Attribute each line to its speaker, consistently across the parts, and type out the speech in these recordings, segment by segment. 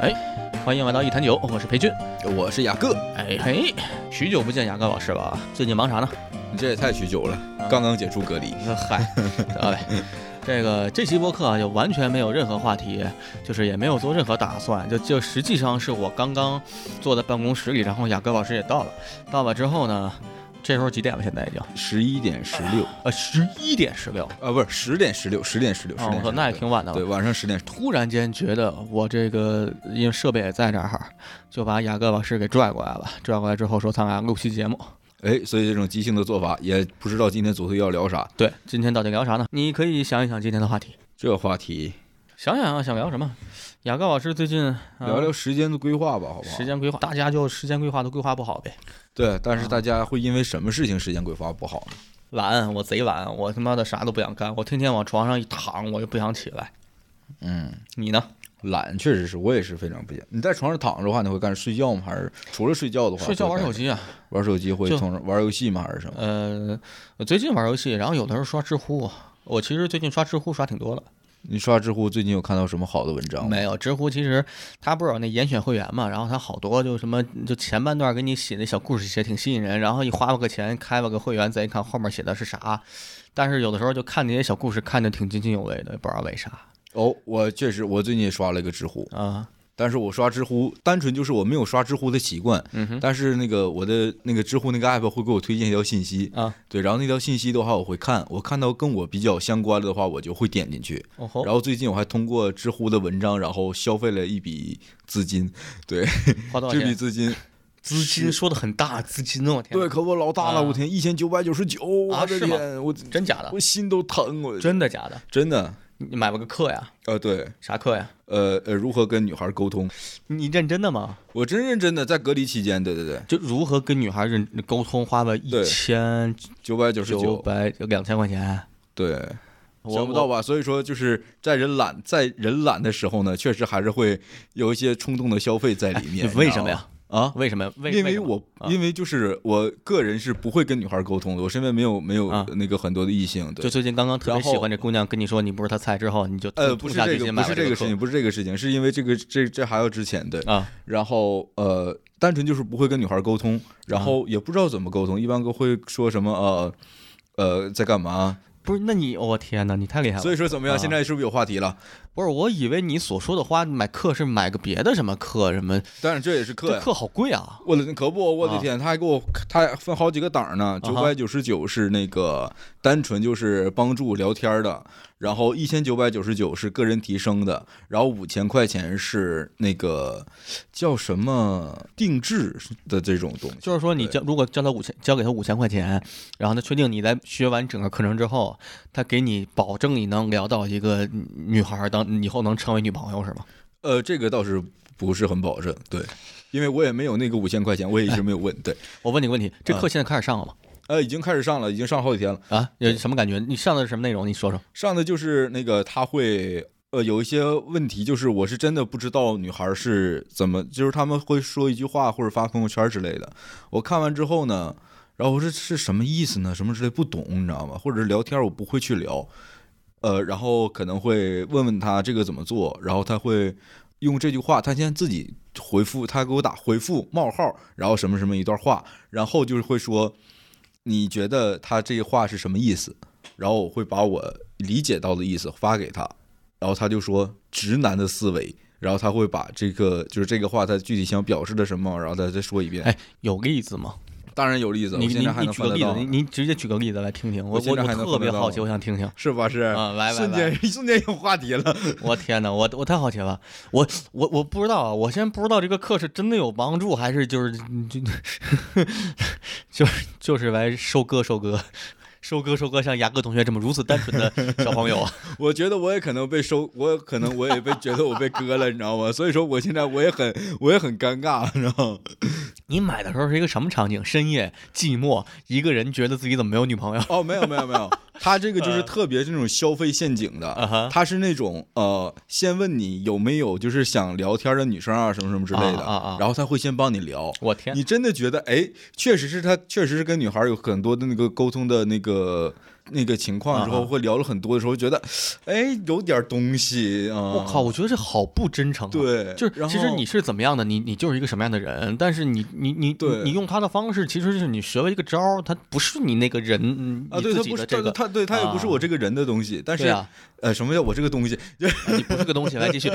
Speaker 1: 哎，欢迎来到一坛酒，我是裴俊。
Speaker 2: 我是雅各，
Speaker 1: 哎嘿，许久不见雅各老师了啊，最近忙啥 呢？
Speaker 2: 你这也太许久了，
Speaker 1: 嗯
Speaker 2: 刚刚解除隔离。
Speaker 1: 嗨，得嘞。这个这期播客啊，就完全没有任何话题，就是也没有做任何打算，就就实际上是我刚刚坐在办公室里，然后雅各老师也到了，到了之后呢，这时候几点了？现在已经
Speaker 2: 十一点十六，
Speaker 1: 呃十一点十六。
Speaker 2: 啊，不是十点十六，十点十六，十
Speaker 1: 啊，我
Speaker 2: 点
Speaker 1: 说
Speaker 2: 16
Speaker 1: 那也挺晚的
Speaker 2: 对，
Speaker 1: 了。
Speaker 2: 晚上十点。
Speaker 1: 突然间觉得我这个因为设备也在这儿，就把雅各老师给拽过来了。拽过来之后说咱俩录期节目。
Speaker 2: 哎，所以这种即兴的做法，也不知道今天组队要聊啥。
Speaker 1: 对，今天到底聊啥呢？你可以想一想今天的话题，
Speaker 2: 这话题，
Speaker 1: 想想啊，想聊什么？雅各老师最近、呃
Speaker 2: 聊聊时间的规划吧，好不好？
Speaker 1: 时间嗯规划，大家就时间规划都规划不好呗。
Speaker 2: 对，但是大家会因为什么事情时间规划不好呢？
Speaker 1: 懒，我贼懒，我他妈的啥都不想干，我天天往床上一躺，我就不想起来。
Speaker 2: 嗯，
Speaker 1: 你呢？
Speaker 2: 懒确实是我也是非常不行。你在床上躺着的话，你会干睡觉吗？还是除了睡觉的话，
Speaker 1: 睡觉玩手
Speaker 2: 机？
Speaker 1: 机啊？
Speaker 2: 玩手机会
Speaker 1: 就
Speaker 2: 从玩游戏吗？还是什么？
Speaker 1: 呃，我最近玩游戏，然后有的时候刷知乎。我其实最近刷知乎刷挺多了，
Speaker 2: 你刷知乎最近有看到什么好的文章吗？
Speaker 1: 没有知乎其实它不是有那严选会员嘛，然后它好多就什么就前半段给你写那小故事写挺吸引人，然后一花了个钱开了个会员，再一看后面写的是啥，但是有的时候就看那些小故事看着挺津津有味的，也不知道为啥
Speaker 2: 哦，我确实，我最近也刷了一个知乎，
Speaker 1: 啊、
Speaker 2: 但是我刷知乎，单纯就是我没有刷知乎的习惯。
Speaker 1: 嗯哼
Speaker 2: 但是那个我的那个知乎那个 app 会给我推荐一条信息，
Speaker 1: 啊，
Speaker 2: 对，然后那条信息的话我会看，我看到跟我比较相关的话，我就会点进去。
Speaker 1: 哦吼
Speaker 2: 然，后最近我还通过知乎的文章，然后消费了一笔资金，对，
Speaker 1: 花多少
Speaker 2: 这
Speaker 1: 钱？
Speaker 2: 笔 资金，
Speaker 1: 资金说的很大，资金哦，我天，
Speaker 2: 对，，可我老大了，
Speaker 1: 啊
Speaker 2: 我天，一千九百九十九，我的
Speaker 1: 是吗
Speaker 2: 天，我
Speaker 1: 真假的
Speaker 2: 我？心都疼，我
Speaker 1: 真的假的？
Speaker 2: 真的，
Speaker 1: 你买了个课呀？
Speaker 2: 呃，对，
Speaker 1: 啥课呀？
Speaker 2: 呃呃，如何跟女孩沟通？
Speaker 1: 你认真的吗？
Speaker 2: 我真认真的在隔离期间，对对对，
Speaker 1: 就如何跟女孩认沟通，花了一
Speaker 2: 对
Speaker 1: 千
Speaker 2: 九百九十
Speaker 1: 九
Speaker 2: 九，
Speaker 1: 百两千块钱，
Speaker 2: 对。
Speaker 1: 我
Speaker 2: 想不到吧？所以说，就是在人懒在人懒的时候呢，确实还是会有一些冲动的消费在里面。
Speaker 1: 哎 为什么呀？
Speaker 2: 啊？
Speaker 1: 为什么呀？为
Speaker 2: 因
Speaker 1: 为
Speaker 2: 为
Speaker 1: 什么
Speaker 2: 我
Speaker 1: 啊
Speaker 2: 因为就是我个人是不会跟女孩沟通的，我身边没有没有
Speaker 1: 啊
Speaker 2: 那个很多的异性。对
Speaker 1: 就，最近刚刚特别
Speaker 2: 然后
Speaker 1: 喜欢这姑娘跟你说你不是她菜之后，你就
Speaker 2: 呃，
Speaker 1: 痛
Speaker 2: 不
Speaker 1: 痛
Speaker 2: 是
Speaker 1: 下
Speaker 2: 这
Speaker 1: 决
Speaker 2: 个
Speaker 1: 心
Speaker 2: 不
Speaker 1: 买
Speaker 2: 是
Speaker 1: 了
Speaker 2: 这
Speaker 1: 个
Speaker 2: 个事情，不是这个事情，是因为这个这这还要之前对
Speaker 1: 课。啊，
Speaker 2: 然后呃，单纯就是不会跟女孩沟通，
Speaker 1: 啊
Speaker 2: 然后也不知道怎么沟通，一般都会说什么呃呃在干嘛。
Speaker 1: 不是？那你我天哪，你太厉害
Speaker 2: 所以
Speaker 1: 了！
Speaker 2: 说怎么样？
Speaker 1: 啊
Speaker 2: 现在是不是有话题了？
Speaker 1: 不是，我以为你所说的花买课是买个别的什么课，什么
Speaker 2: 当然这也是课
Speaker 1: 这
Speaker 2: 呀。
Speaker 1: 课好贵啊！
Speaker 2: 我的可不，我的
Speaker 1: 啊
Speaker 2: 天，他还给我，他还分好几个档儿呢。
Speaker 1: 啊
Speaker 2: 九
Speaker 1: 哈
Speaker 2: 百九十九是那个单纯就是帮助聊天儿的，然后一千九百九十九是个人提升的，然后五千块钱是那个叫什么定制的这种东西。
Speaker 1: 就是说，你交如果交他五千，交给他五千块钱，然后他确定你在学完整个课程之后，他给你保证你能聊到一个女孩儿当以后能成为女朋友是吗？
Speaker 2: 呃，这个倒是不是很保证，对，因为我也没有那个五千块钱，我也一直没有问。对，
Speaker 1: 我问你个问题，这
Speaker 2: 嗯
Speaker 1: 课现在开始上了吗？
Speaker 2: 呃，已经开始上了，已经上好几天了。
Speaker 1: 啊，有什么感觉？你上的是什么内容？你说说。
Speaker 2: 上的就是那个他会。呃，有一些问题就是我是真的不知道女孩是怎么，就是他们会说一句话或者发朋友圈之类的。我看完之后呢，然后我说是什么意思呢？什么之类不懂，你知道吗？或者是聊天我不会去聊，呃，然后可能会问问他这个怎么做，然后他会用这句话，他先自己回复，他给我打回复冒号，然后什么什么一段话，然后就是会说你觉得他这话是什么意思？然后我会把我理解到的意思发给他，然后他就说直男的思维，然后他会把这个就是这个话他具体想表示的什么，然后他再说一遍。
Speaker 1: 哎，有例子吗？
Speaker 2: 当然有例子，
Speaker 1: 你
Speaker 2: 我现
Speaker 1: 你
Speaker 2: 在还
Speaker 1: 你
Speaker 2: 能
Speaker 1: 举
Speaker 2: 翻
Speaker 1: 个
Speaker 2: 得
Speaker 1: 例子，
Speaker 2: 到
Speaker 1: 你，你直接举个例子来听听。我
Speaker 2: 我
Speaker 1: 我
Speaker 2: 现在还能
Speaker 1: 特别
Speaker 2: 翻得
Speaker 1: 好
Speaker 2: 到
Speaker 1: 奇，我想听听。
Speaker 2: 是吧？是
Speaker 1: 啊来来
Speaker 2: 瞬间 瞬间有话题了。
Speaker 1: 我天哪，我我太好奇了，我我我不知道啊，我先不知道这个课是真的有帮助，还是就是就 就是就是来收割收割收割收割，像牙哥同学这么如此单纯的小朋友啊，
Speaker 2: 我觉得我也可能被收，我也可能我也被觉得我被割了，你知道吗？所以说我现在我也很我也很尴尬，你知道吗？
Speaker 1: 你买的时候是一个什么场景？深夜寂寞，一个人觉得自己怎么没有女朋友？
Speaker 2: 哦，没有没有没有，他这个就是特别是那种消费陷阱的，
Speaker 1: 嗯啊哈
Speaker 2: 他是那种呃，先问你有没有就是想聊天的女生啊，什么什么之类的，
Speaker 1: 啊啊啊
Speaker 2: 然后他会先帮你聊。
Speaker 1: 我天，
Speaker 2: 你真的觉得，哎，确实是他，确实是跟女孩有很多的那个沟通的那个那个情况之
Speaker 1: 啊
Speaker 2: 后，
Speaker 1: 啊
Speaker 2: 会聊了很多的时候，觉得，哎，有点东西啊。
Speaker 1: 我靠，我觉得这好不真诚、啊。，
Speaker 2: 对，
Speaker 1: 就是
Speaker 2: 然
Speaker 1: 其实
Speaker 2: 后
Speaker 1: 你是怎么样的，你你就是一个什么样的人，但是你你你
Speaker 2: 对
Speaker 1: 你用他的方式，其实是你学了一个招儿，他不是你那个人嗯
Speaker 2: 啊，
Speaker 1: 你
Speaker 2: 对
Speaker 1: 自
Speaker 2: 他
Speaker 1: 己
Speaker 2: 不
Speaker 1: 的
Speaker 2: 是
Speaker 1: 这
Speaker 2: 他
Speaker 1: 个。啊
Speaker 2: 他对他也不是我这个人的东西，但是、
Speaker 1: 对啊，
Speaker 2: 呃，什么叫我这个东西？
Speaker 1: 你不是个东西，来继 续。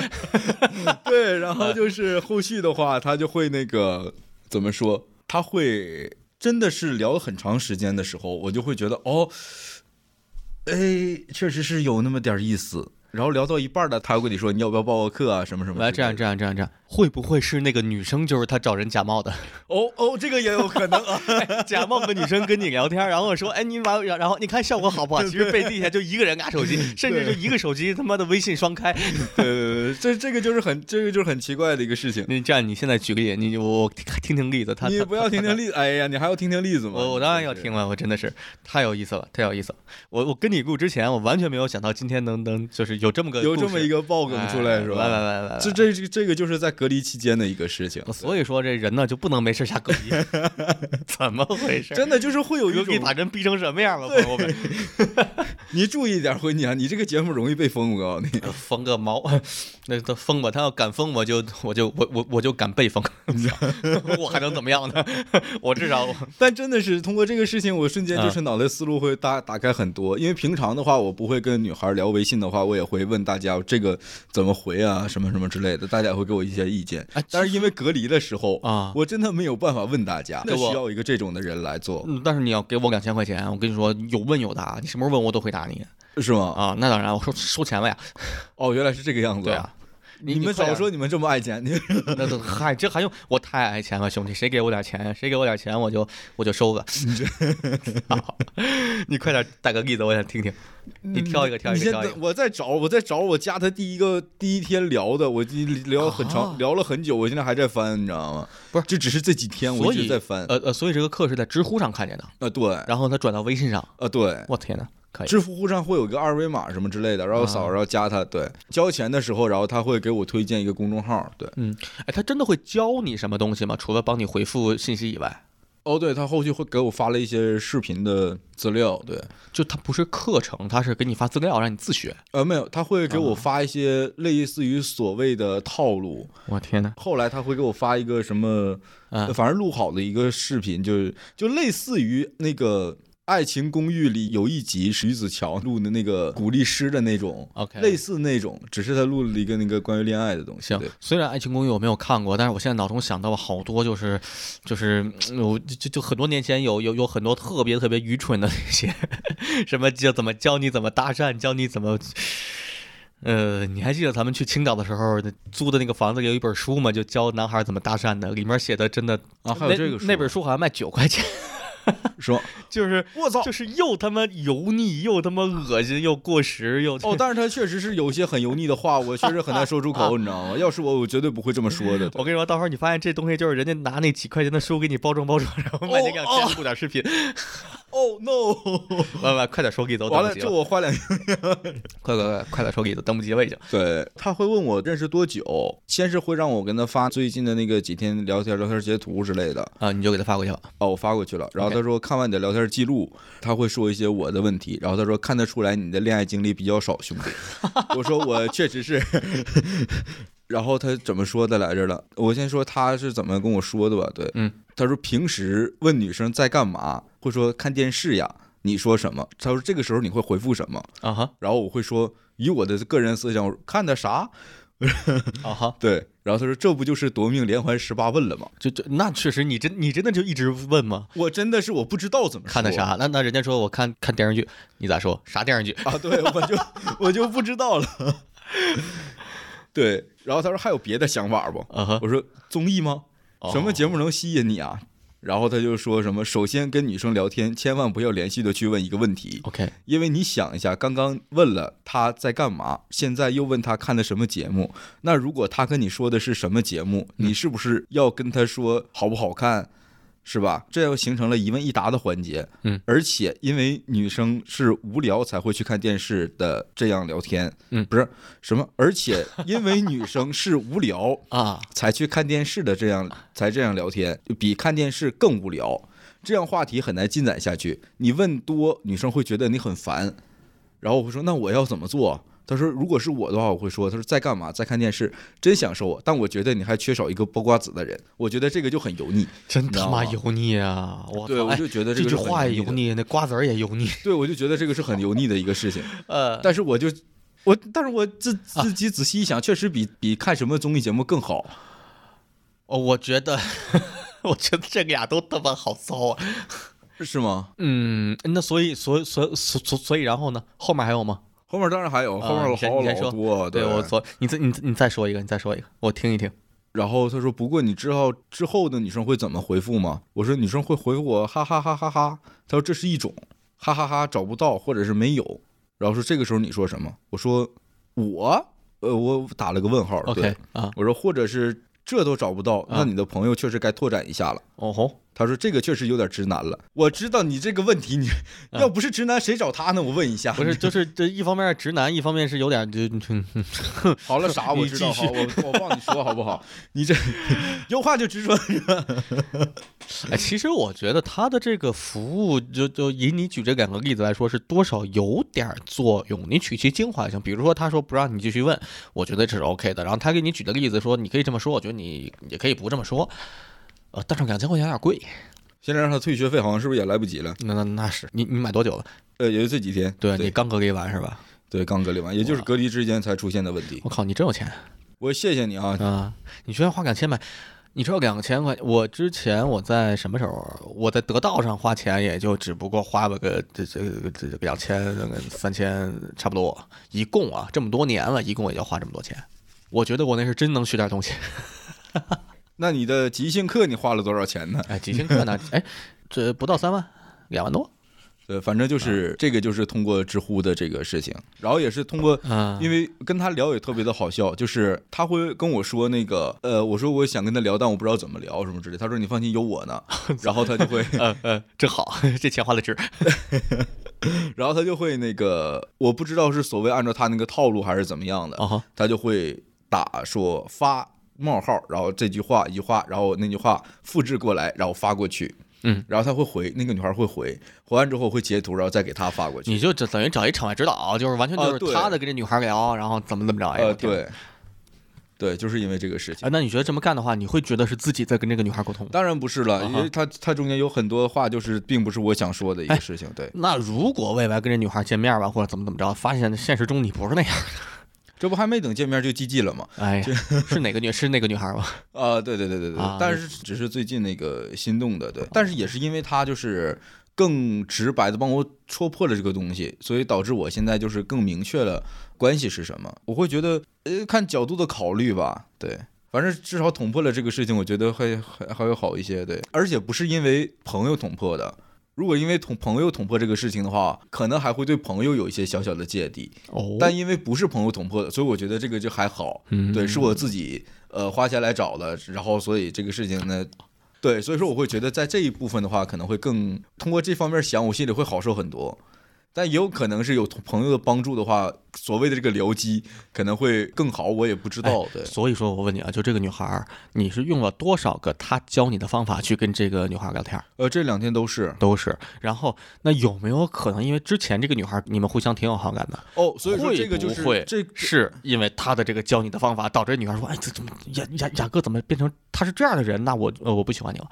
Speaker 2: 对，然后就是后续的话，他就会那个怎么说？他会真的是聊很长时间的时候，我就会觉得哦，哎，确实是有那么点儿意思。然后聊到一半儿了，他会跟你说你要不要报个课啊，什么什么之类的。
Speaker 1: 来，这样这样这样这样，会不会是那个女生就是他找人假冒的？
Speaker 2: 哦哦，这个也有可能啊。
Speaker 1: 假冒个女生跟你聊天，然后说，哎，你把，然后你看效果好不好？其实背地下就一个人拿手 机，甚至就一个手机，他妈的微信双开。
Speaker 2: 对对对，这这个就是很这个就是很奇怪的一个 事情。
Speaker 1: 你这样，你现在举个例，你我我听听例子，他
Speaker 2: 你
Speaker 1: 他
Speaker 2: 不要听听例子，哎呀，你还要听听例子吗？
Speaker 1: 我我当然要听了，我真的是太有意思了，太有意思了。我我跟你录之前，我完全没有想到今天能能就是有这么个
Speaker 2: 有这么一
Speaker 1: 个
Speaker 2: 个爆梗出来是吧？
Speaker 1: 哎来来来来来，
Speaker 2: 这这这这个就是在隔离期间的一个事 情，
Speaker 1: 所以说这人呢就不能没事瞎隔离， 怎么回事？
Speaker 2: 真的就是会有一
Speaker 1: 隔离把
Speaker 2: 种
Speaker 1: 人逼成什么样了，朋友们？
Speaker 2: 你注意一点，辉娘，你这个节目容易被封，我告诉你，
Speaker 1: 封个毛，那都封吧。他要敢封，我就我就我我我就敢被 封，我还能怎么样呢？ 我至少
Speaker 2: 但真的是通过这个事情，我瞬间
Speaker 1: 嗯
Speaker 2: 就是脑袋思路会打打开很多。因为平常的话，我不会跟女孩聊微信的话，我也会问大家这个怎么回啊，什么什么之类的，大家也会给我一些意见
Speaker 1: 哎。
Speaker 2: 但是因为隔离的时候
Speaker 1: 啊
Speaker 2: 我真的没有办法问大家，
Speaker 1: 对
Speaker 2: 那
Speaker 1: 我
Speaker 2: 需要一个这种的人来做，
Speaker 1: 嗯但是你要给我两千块钱，我跟你说有问有答，你什么时候问我都回答你
Speaker 2: 是吗？
Speaker 1: 啊。那当然，我收收钱了呀。
Speaker 2: 哦，原来是这个样子。
Speaker 1: 对，啊，
Speaker 2: 你们
Speaker 1: 快
Speaker 2: 早
Speaker 1: 点
Speaker 2: 说你们这么爱钱，你
Speaker 1: 那都嗨，这还用我太爱钱了，兄弟，谁给我点钱，谁给我点钱，我就我就收了。好你快点打个例子，我想听听。你挑一个，挑一
Speaker 2: 嗯
Speaker 1: 个，
Speaker 2: 你先
Speaker 1: 挑一
Speaker 2: 等
Speaker 1: 个。
Speaker 2: 我在找，我在找我加他第一个第一天聊的，我今聊很长，
Speaker 1: 啊
Speaker 2: 聊了很久，我现在还在翻，你知道吗？
Speaker 1: 不是
Speaker 2: 这只是这几天我
Speaker 1: 所
Speaker 2: 一直
Speaker 1: 以
Speaker 2: 在翻。
Speaker 1: 呃呃，所以这个课是在知乎上看见的，
Speaker 2: 啊，对，啊
Speaker 1: 然后他转到微信上。
Speaker 2: 对，
Speaker 1: 我天哪，可以。
Speaker 2: 知乎上会有个二维码什么之类的，然后扫，
Speaker 1: 啊
Speaker 2: 然后加他。对，交钱的时候，然后他会给我推荐一个公众号。对，
Speaker 1: 哎，他真的会教你什么东西吗？除了帮你回复信息以外，
Speaker 2: 哦，对他后续会给我发了一些视频的资料。对，
Speaker 1: 就他不是课程，他是给你发资料让你自学。
Speaker 2: 呃，没有，他会给
Speaker 1: 啊
Speaker 2: 我发一些类似于所谓的套路。
Speaker 1: 我天哪！
Speaker 2: 后来他会给我发一个什么，
Speaker 1: 啊
Speaker 2: 反正录好的一个视频，就是就类似于那个《爱情公寓》里有一集是吕子乔录的那个鼓励诗的那种
Speaker 1: OK
Speaker 2: 类似那种，只是他录了一个那个关于恋爱的东西。
Speaker 1: 行
Speaker 2: 对，
Speaker 1: 虽然《爱情公寓》我没有看过，但是我现在脑中想到了好多，就是，就是嗯我就就就很多年前有有有很多特别特别愚蠢的那些， 什么教怎么教你怎么搭讪，教你怎么，呃，你还记得咱们去青岛的时候租的那个房子里有一本书吗？就教男孩怎么搭讪的，里面写的真的
Speaker 2: 啊还有
Speaker 1: 那
Speaker 2: 这个书
Speaker 1: 那本书好像卖九块钱，
Speaker 2: 说，
Speaker 1: 就是
Speaker 2: 我操！
Speaker 1: 就是又他妈油腻，又他妈恶心，又过时，又
Speaker 2: 哦，但是他确实是有一些很油腻的话，我确实很难说出口，你知 道吗？要是我，我绝对不会这么说的。对
Speaker 1: 我跟你说，到时候你发现这东西就是人家拿那几块钱的书给你包装包装，然后卖你两千录点视频。
Speaker 2: 哦 no！
Speaker 1: 喂喂，快点说例子，我等
Speaker 2: 完
Speaker 1: 不
Speaker 2: 了，
Speaker 1: 及
Speaker 2: 这
Speaker 1: 了。
Speaker 2: 我花 两
Speaker 1: 快快快，快点说例子，等不及了已经。
Speaker 2: 对，他会问我认识多久，先是会让我跟他发最近的那个几天聊天聊天截图之类的，
Speaker 1: 啊，你就给他发过去吧。
Speaker 2: 哦，我发过去了。然后
Speaker 1: OK
Speaker 2: 他说看完你的聊天记录，他会说一些我的问题。然后他说看得出来你的恋爱经历比较少，兄 弟。我说我确实是。 然后他怎么说的来着了？我先说他是怎么跟我说的吧。对，
Speaker 1: 嗯，
Speaker 2: 他说平时问女生在干嘛，会说看电视呀。你说什么？他说这个时候你会回复什么？
Speaker 1: 啊哈，
Speaker 2: 然后我会说，以我的个人思想，我看的啥？
Speaker 1: 啊哈，
Speaker 2: 对，然后他说这不就是夺命连环十八问了吗？
Speaker 1: 就就那确实，你真你真的就一直问吗？
Speaker 2: 我真的是我不知道怎么说
Speaker 1: 看的啥？那那人家说我看看电视剧，你咋说？啥电视 剧？
Speaker 2: 啊，对，我就我就不知道了。对，然后他说还有别的想法不？
Speaker 1: 啊哈，哦
Speaker 2: 我说综艺吗？什么节目能吸引你啊？然后他就说什么，首先跟女生聊天，千万不要连续的去问一个问题，
Speaker 1: ？OK，
Speaker 2: 因为你想一下，刚刚问了她在干嘛，现在又问她看的什么节目，那如果她跟你说的是什么节目，
Speaker 1: 嗯
Speaker 2: 你是不是要跟她说好不好看，是吧？这又形成了一问一答的环节。
Speaker 1: 嗯，
Speaker 2: 而且因为女生是无聊才会去看电视的，这样聊天，
Speaker 1: 嗯
Speaker 2: 不是什么，而且因为女生是无聊
Speaker 1: 啊
Speaker 2: 才去看电视的，这样才这样聊天，比看电视更无聊。这样话题很难进展下去。你问多，女生会觉得你很烦，然后我会说那我要怎么做？他说如果是我的话，我会说，他说在干嘛？在看电视，真享受啊。但我觉得你还缺少一个剥瓜子的人，我觉得这个就很油腻。
Speaker 1: 真
Speaker 2: 知
Speaker 1: 他
Speaker 2: 道
Speaker 1: 妈
Speaker 2: 吗
Speaker 1: 油腻啊！我
Speaker 2: 对，
Speaker 1: 操
Speaker 2: 我
Speaker 1: 哎
Speaker 2: 就觉得
Speaker 1: 这句
Speaker 2: 个是很
Speaker 1: 话也
Speaker 2: 油
Speaker 1: 油
Speaker 2: 的。
Speaker 1: 腻，那瓜子儿也油腻。
Speaker 2: 对，我就觉得这个是很油腻的一个事情。
Speaker 1: 呃，
Speaker 2: 但是我就我，但是我自
Speaker 1: 啊
Speaker 2: 自己仔细一想，确实比比看什么综艺节目更好。
Speaker 1: 哦我觉得， 我觉得这个俩都他妈好骚啊！
Speaker 2: 是吗？
Speaker 1: 嗯，那所以，所以，所以，所以所以所以，然后呢？后面还有吗？
Speaker 2: 后面当然还有，
Speaker 1: 啊
Speaker 2: 后面
Speaker 1: 你先
Speaker 2: 好
Speaker 1: 你先
Speaker 2: 老
Speaker 1: 说
Speaker 2: 多。啊对
Speaker 1: 我昨你再你再你再说一个，你再说一个，我听一听。
Speaker 2: 然后他说：“不过你知道之后的女生会怎么回复吗？”我说：“女生会回复我哈哈哈哈哈。”他说：“这是一种哈哈哈找不到或者是没有。”然后说：“这个时候你说什么？”我说：“我呃，我打了个问号。对
Speaker 1: OK 啊，
Speaker 2: 我说：“或者是这都找不到，那你的朋友确实该拓展一下了。
Speaker 1: 哦吼，
Speaker 2: 他说：“这个确实有点直男了。”我知道你这个问题，你
Speaker 1: 啊
Speaker 2: 要不是直男，谁找他呢？我问一下。
Speaker 1: 不是，就是这一方面是直男，一方面是有点就嗯嗯
Speaker 2: 好了，啥我知道，
Speaker 1: 你继续
Speaker 2: 好，我我帮你说好不好？你这有话就直说。
Speaker 1: 哎，其实我觉得他的这个服务，就就以你举这两个例子来说，是多少有点儿作用。你取其精华就行。比如说，他说不让你继续问，我觉得这是 OK 的。然后他给你举的例子说，你可以这么说，我觉得你也可以不这么说。呃，但是两千块钱有点贵，
Speaker 2: 现在让他退学费，好像是不是也来不及了？
Speaker 1: 那那那是你你买多久了？
Speaker 2: 呃，也就这几天，
Speaker 1: 对啊你
Speaker 2: 对
Speaker 1: 刚隔离完是吧？
Speaker 2: 对，刚隔离完，也就是隔离之间才出现的问题。
Speaker 1: 我靠，你真有钱
Speaker 2: 我谢谢你啊，
Speaker 1: 啊！你居然花两千买，你知道两千块？我之前我在什么时候？我在得道上花钱，也就只不过花了个这这这这这两千、三千，差不多。一共啊，这么多年了，一共也就花这么多钱。我觉得我那是真能学点东西。
Speaker 2: 那你的即兴课你花了多少钱呢？
Speaker 1: 哎，几千课呢？ 哎，这不到三万，两万多。
Speaker 2: 对，反正就是这个，就是通过知乎的这个事情，然后也是通过。
Speaker 1: 嗯
Speaker 2: 因为跟他聊也特别的好笑，就是他会跟我说那个，呃，我说我想跟他聊，但我不知道怎么聊什么之类。他说你放心，有我呢。然后他就会，
Speaker 1: 呃呃，真好， 这钱花的值。
Speaker 2: 然后他就会那个，我不知道是所谓按照他那个套路还是怎么样的，
Speaker 1: 啊哈，
Speaker 2: 他就会打说发冒号，然后这句话一句话，然后那句话复制过来，然后发过去。
Speaker 1: 嗯，
Speaker 2: 然后他会回那个女孩会回，回完之后会截图，然后再给他发过去。
Speaker 1: 你就这等于找一场外指导，就是完全
Speaker 2: 啊
Speaker 1: 就是
Speaker 2: 对
Speaker 1: 他的跟这女孩聊，然后怎么怎么着。哎呦，
Speaker 2: 呃，
Speaker 1: 我天
Speaker 2: 对，对，就是因为这个事情。
Speaker 1: 哎，那你觉得这么干的话，你会觉得是自己在跟这个女孩沟通吗？
Speaker 2: 当然不是了，
Speaker 1: 啊哈
Speaker 2: 因为他他中间有很多话就是并不是我想说的一个事情。对，
Speaker 1: 那如果未来跟这女孩见面吧，或者怎么怎么着，发现现实中你不是那样，
Speaker 2: 这不还没等见面就 GG 了吗？
Speaker 1: 哎 呀，是哪个女是那个女孩吗？
Speaker 2: 啊，对对对对对
Speaker 1: 啊
Speaker 2: 对，但是只是最近那个心动的，对，但是也是因为他就是更直白的帮我戳破了这个东西，所以导致我现在就是更明确了关系是什么。我会觉得，呃，看角度的考虑吧，对。反正至少捅破了这个事情，我觉得还还还会好一些，对，而且不是因为朋友捅破的，如果因为捅朋友捅破这个事情的话，可能还会对朋友有一些小小的芥蒂，
Speaker 1: 哦
Speaker 2: 但因为不是朋友捅破的，所以我觉得这个就还好。
Speaker 1: 嗯
Speaker 2: 对，是我自己呃花钱来找的，然后所以这个事情呢，对，所以说我会觉得在这一部分的话，可能会更通过这方面想，我心里会好受很多。但也有可能是有同朋友的帮助的话，所谓的这个僚机可能会更好，我也不知道。对，
Speaker 1: 所以说我问你啊，就这个女孩，你是用了多少个她教你的方法去跟这个女孩聊天？
Speaker 2: 呃，这两天都是
Speaker 1: 都是。然后那有没有可能，因为之前这个女孩你们互相挺有好感的，
Speaker 2: 哦，所以说
Speaker 1: 会
Speaker 2: 这个就
Speaker 1: 不
Speaker 2: 是
Speaker 1: 会
Speaker 2: 这
Speaker 1: 是因为她的这个教你的方法，导致女孩说，哎，这怎么雅雅雅哥怎么变成他是这样的人？那我呃我不喜欢你了。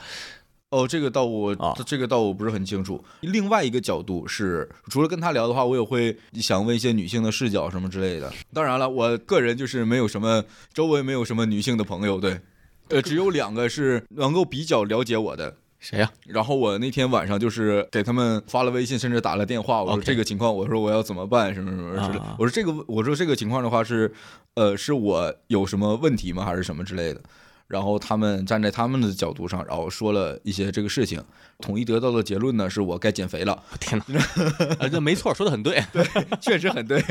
Speaker 2: 哦，这个倒我、
Speaker 1: 啊
Speaker 2: 这个倒我不是很清楚。另外一个角度是，除了跟他聊的话，我也会想问一些女性的视角什么之类的。当然了，我个人就是没有什么周围没有什么女性的朋友，对，呃，只有两个是能够比较了解我的。
Speaker 1: 谁呀、
Speaker 2: 然后我那天晚上就是给他们发了微信，甚至打了电话，我说
Speaker 1: OK
Speaker 2: 这个情况，我说我要怎么办，什么什么之类
Speaker 1: 啊
Speaker 2: 的。我说这个，我说这个情况的话是，呃，是我有什么问题吗，还是什么之类的？然后他们站在他们的角度上，然后说了一些这个事情，统一得到的结论呢，是我该减肥了，
Speaker 1: 天哪，啊，这没错，说的很对。
Speaker 2: 确实很对。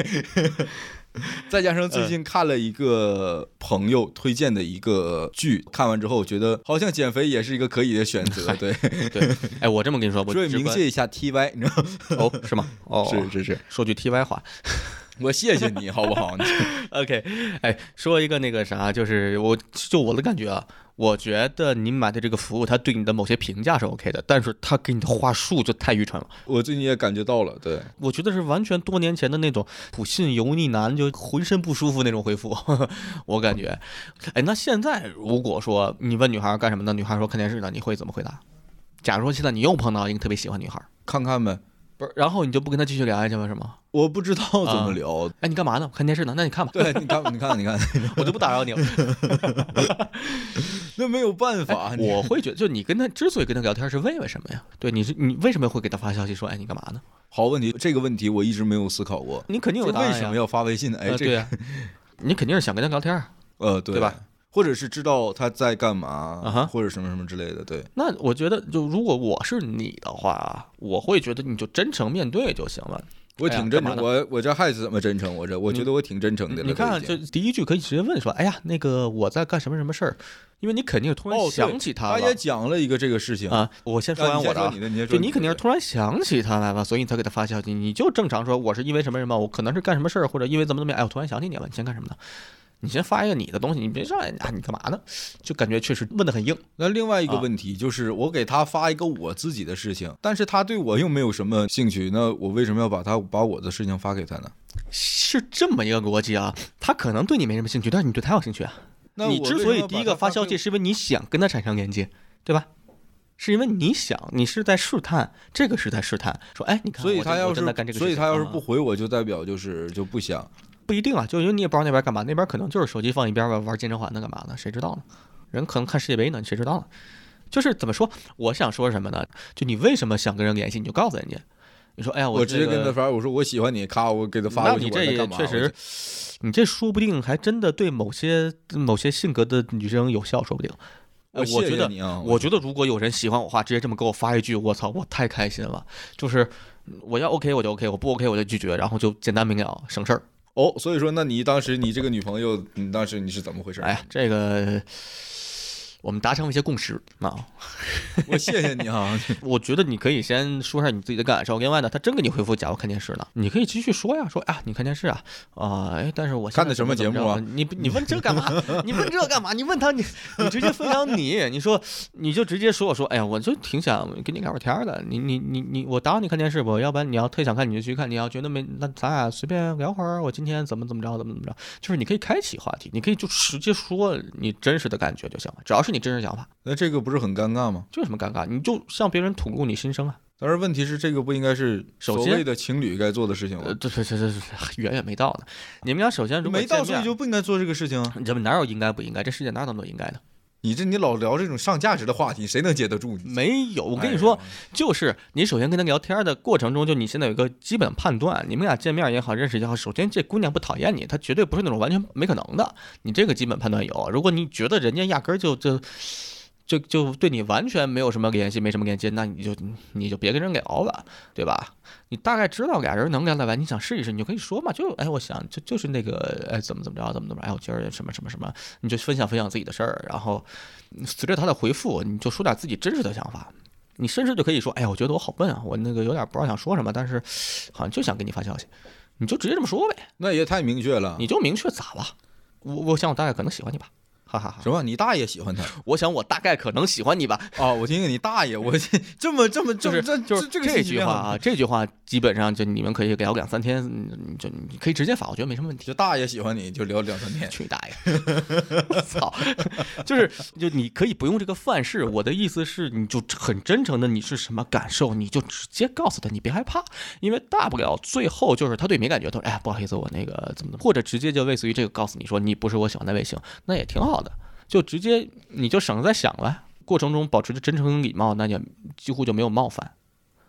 Speaker 2: 再加上最
Speaker 1: 嗯
Speaker 2: 近看了一个朋友推荐的一个剧，看完之后觉得好像减肥也是一个可以的选 择，对，
Speaker 1: 对， 哎，我这么跟你说，我
Speaker 2: 所以
Speaker 1: 直
Speaker 2: 明
Speaker 1: 观
Speaker 2: 谢一下 T Y，你知道吗？
Speaker 1: 哦，是吗？哦，
Speaker 2: 是是是。
Speaker 1: 说句题外话，
Speaker 2: 我谢谢你好不好？ 你
Speaker 1: OK，哎，说一个那个啥，就是我就我的感觉啊，我觉得你买的这个服务，它对你的某些评价是 OK 的，但是它给你的话术就太愚蠢了。
Speaker 2: 我最近也感觉到了，对，
Speaker 1: 我觉得是完全多年前的那种普信油腻男，就浑身不舒服那种回复， 我感觉。哎，那现在如果说你问女孩干什么呢？女孩说看电视呢，你会怎么回答？假如说现在你又碰到一个特别喜欢女孩，
Speaker 2: 看看呗。
Speaker 1: 不是，然后你就不跟她继续聊下去了是吗？
Speaker 2: 我不知道怎么聊，
Speaker 1: 哎，你干嘛呢？看电视呢？那你看吧，
Speaker 2: 啊 对，你看，你看，你看，
Speaker 1: 我就不打扰你了。
Speaker 2: 那没有办法，你
Speaker 1: 我会觉得，就你跟他之所以跟他聊天是为了什么呀？对，你是你为什么会给他发消息说，哎，你干嘛呢？
Speaker 2: 好问题，这个问题我一直没有思考过，
Speaker 1: 你肯定
Speaker 2: 就
Speaker 1: 有答案
Speaker 2: 为
Speaker 1: 呀
Speaker 2: 什么要发微信呢？哎，
Speaker 1: 呃
Speaker 2: 这
Speaker 1: 对
Speaker 2: 个
Speaker 1: 呀、你肯定是想跟他聊天啊儿。
Speaker 2: 呃，对
Speaker 1: 对吧？
Speaker 2: 或者是知道他在干嘛
Speaker 1: 啊哈
Speaker 2: 或者什么什么之类的，对，
Speaker 1: 那我觉得，就如果我是你的话啊，我会觉得你就真诚面对就行了。
Speaker 2: 我
Speaker 1: 哎呀
Speaker 2: 挺真
Speaker 1: 干嘛
Speaker 2: 诚，
Speaker 1: 呢
Speaker 2: 我我这还是怎么真诚？我这我觉得我挺真诚的了。
Speaker 1: 嗯你看，啊
Speaker 2: 都已
Speaker 1: 就
Speaker 2: 经
Speaker 1: 第一句可以直接问说，哎呀，那个我在干什么什么事儿，因为你肯定是突然
Speaker 2: 哦对
Speaker 1: 想起他
Speaker 2: 他
Speaker 1: 了
Speaker 2: 也讲了一个这个事情，
Speaker 1: 啊。我先说
Speaker 2: 啊
Speaker 1: 完
Speaker 2: 你
Speaker 1: 我
Speaker 2: 先
Speaker 1: 的哎啊
Speaker 2: 说你。的，你先
Speaker 1: 就
Speaker 2: 说
Speaker 1: 你肯定是
Speaker 2: 的
Speaker 1: 突然想起他来了，所以你才给他发消息。你就正常说我是因为什么什么，我可能是干什么事儿，或者因为怎么怎么样，哎，我突然想起你了，你先干什么呢？你先发一个你的东西，你别上来啊，你干嘛呢？就感觉确实问的很硬。
Speaker 2: 那另外一个
Speaker 1: 啊
Speaker 2: 问题就是，我给他发一个我自己的事情，但是他对我又没有什么兴趣，那我为什么要把他把我的事情发给他呢？
Speaker 1: 是这么一个逻辑啊，他可能对你没什么兴趣，但是你对他有兴趣啊。
Speaker 2: 那
Speaker 1: 你
Speaker 2: 我
Speaker 1: 之
Speaker 2: 为
Speaker 1: 所
Speaker 2: 什
Speaker 1: 以
Speaker 2: 么
Speaker 1: 第
Speaker 2: 把
Speaker 1: 一个
Speaker 2: 他
Speaker 1: 发消
Speaker 2: 给
Speaker 1: 息，是因为你想跟他产生连接，对吧？是因为你想，你是在试探，这个是在试探，说，哎，你看，
Speaker 2: 所以
Speaker 1: 我
Speaker 2: 他
Speaker 1: 正
Speaker 2: 要
Speaker 1: 我正在干
Speaker 2: 是
Speaker 1: 这个事
Speaker 2: 所
Speaker 1: 情，
Speaker 2: 以他要是
Speaker 1: 啊
Speaker 2: 不回我，就代表就是就不想。
Speaker 1: 不一定啊，就因为你也不知道那边干嘛，那边可能就是手机放一边玩玩健身环呢，干嘛呢？谁知道呢？人可能看世界杯呢，谁知道呢？就是怎么说，我想说什么呢？就你为什么想跟人联系，你就告诉人家，你说，哎呀，
Speaker 2: 我
Speaker 1: 这
Speaker 2: 直接跟
Speaker 1: 个
Speaker 2: 他发，我说我喜欢你，咔，我给他发
Speaker 1: 那
Speaker 2: 过去。
Speaker 1: 你
Speaker 2: 我
Speaker 1: 这
Speaker 2: 在
Speaker 1: 也
Speaker 2: 干嘛
Speaker 1: 确
Speaker 2: 我
Speaker 1: 实，你这说不定还真的对某些某些性格的女生有效，说不定。呃
Speaker 2: 我
Speaker 1: 我
Speaker 2: 谢
Speaker 1: 觉
Speaker 2: 谢
Speaker 1: 得
Speaker 2: 你啊，
Speaker 1: 我觉得如果有人喜欢我的话，直接这么给我发一句，我操，我太开心了。就是我要 OK 我就 OK，我不 OK 我就拒绝，然后就简单明了，省事儿。
Speaker 2: 哦，所以说，那你当时你这个女朋友，你当时你是怎么回事？
Speaker 1: 哎，呀，这个我们达成一些共识啊。
Speaker 2: 我谢谢 你啊，
Speaker 1: 我觉得你可以先说一下你自己的感受。另外呢，他真给你回复，假如看电视呢，你可以继续说呀，说啊，你看电视啊，啊、哎，但是我现在
Speaker 2: 看的什么
Speaker 1: 怎
Speaker 2: 节目啊
Speaker 1: 怎么着你你问这干嘛？你问这干嘛？你问他，你你直接分享你，你说你就直接说，我说，哎呀，我就挺想跟你聊会儿天儿的。你你你你，我打扰你看电视不？要不然你要特想看你就去看，你要觉得没，那咱俩随便聊会儿。我今天怎么怎么着，怎么怎么着，就是你可以开启话题，你可以就直接说你真实的感觉就行了，只要是你真实想法，
Speaker 2: 那这个不是很尴尬吗？
Speaker 1: 就有什么尴尬，你就向别人吐露你心声啊。
Speaker 2: 但是问题是，这个不应该是
Speaker 1: 首
Speaker 2: 所
Speaker 1: 先
Speaker 2: 谓的情侣该做的事情
Speaker 1: 呃，
Speaker 2: 吗？
Speaker 1: 这这这这远远没到呢。你们俩首先如果
Speaker 2: 没到，
Speaker 1: 见
Speaker 2: 所以
Speaker 1: 面
Speaker 2: 就不应该做这个事情啊。
Speaker 1: 你这哪有应该不应该？这世界哪有那么多应该呢？
Speaker 2: 你这你老聊这种上价值的话题，谁能接得住你？
Speaker 1: 没有，我跟
Speaker 2: 哎
Speaker 1: 你
Speaker 2: 呀
Speaker 1: 说，，就是你首先跟他聊天的过程中，就你现在有一个基本判断，你们俩见面也好，认识也好，首先这姑娘不讨厌你，她绝对不是那种完全没可能的，你这个基本判断有。如果你觉得人家压根儿就就就就对你完全没有什么联系，没什么连接，那你就你就别跟人聊了，对吧？你大概知道俩人能聊得来，你想试一试，你就可以说嘛，就哎，我想就就是那个哎，怎么怎么着，怎么怎么着，哎，我今儿什么什么什么，你就分享分享自己的事儿，然后嗯随着他的回复，你就说点自己真实的想法。你甚至就可以说，哎呀，我觉得我好笨啊，我那个有点不知道想说什么，但是好像就想给你发消息，你就直接这么说呗，
Speaker 2: 那也太明确了。
Speaker 1: 你就明确咋了？我我想我大概可能喜欢你吧，哈哈哈
Speaker 2: 什么？你大爷喜欢他
Speaker 1: 我想我大概可能喜欢你吧，
Speaker 2: 啊？我听听你大爷，我这这么这么
Speaker 1: 就是
Speaker 2: 这么这
Speaker 1: 就是
Speaker 2: 这个
Speaker 1: 这
Speaker 2: 信息
Speaker 1: 句
Speaker 2: 量
Speaker 1: 话啊，这句话基本上就你们可以聊两三天，嗯就你可以直接发，我觉得没什么问题。
Speaker 2: 就大爷喜欢你就聊两三 天。
Speaker 1: 去你大爷！ 我操，就是就你可以不用这个范式，我的意思是，你就很真诚的你是什么感受，你就直接告诉他，你别害怕，因为大不了最后就是他对你没感觉，他说哎呀不好意思，我那个怎么怎么，或者直接就类似于这个告诉你说你不是我喜欢的类型，那也挺好的，就直接你就省着再想了。过程中保持着真诚礼貌，那也几乎就没有冒犯。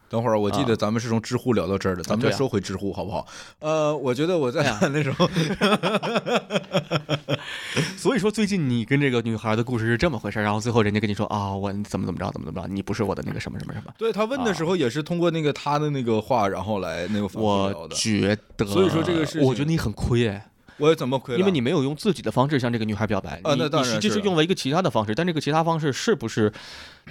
Speaker 2: 等会儿，我记得咱们是从知乎聊到这儿的，咱们
Speaker 1: 对
Speaker 2: 再
Speaker 1: 啊
Speaker 2: 说回知乎好不好？呃，我觉得我在
Speaker 1: 哎呀
Speaker 2: 那时候
Speaker 1: 所以说，最近你跟这个女孩的故事是这么回事儿，然后最后人家跟你说啊、我怎么怎么着，怎么怎么着，你不是我的那个什么什么什么。
Speaker 2: 对他问的时候也是通过那个他的那个话，然后来那个反复聊
Speaker 1: 啊我
Speaker 2: 的。
Speaker 1: 觉得，
Speaker 2: 所以说这个事情
Speaker 1: 我觉得你很亏哎。
Speaker 2: 我也怎么亏了？
Speaker 1: 因为你没有用自己的方式向这个女孩表白，
Speaker 2: 啊那
Speaker 1: 你
Speaker 2: 当
Speaker 1: 你
Speaker 2: 然
Speaker 1: 实际
Speaker 2: 是
Speaker 1: 是
Speaker 2: 了
Speaker 1: 用了一个其他的方式，但这个其他方式是不是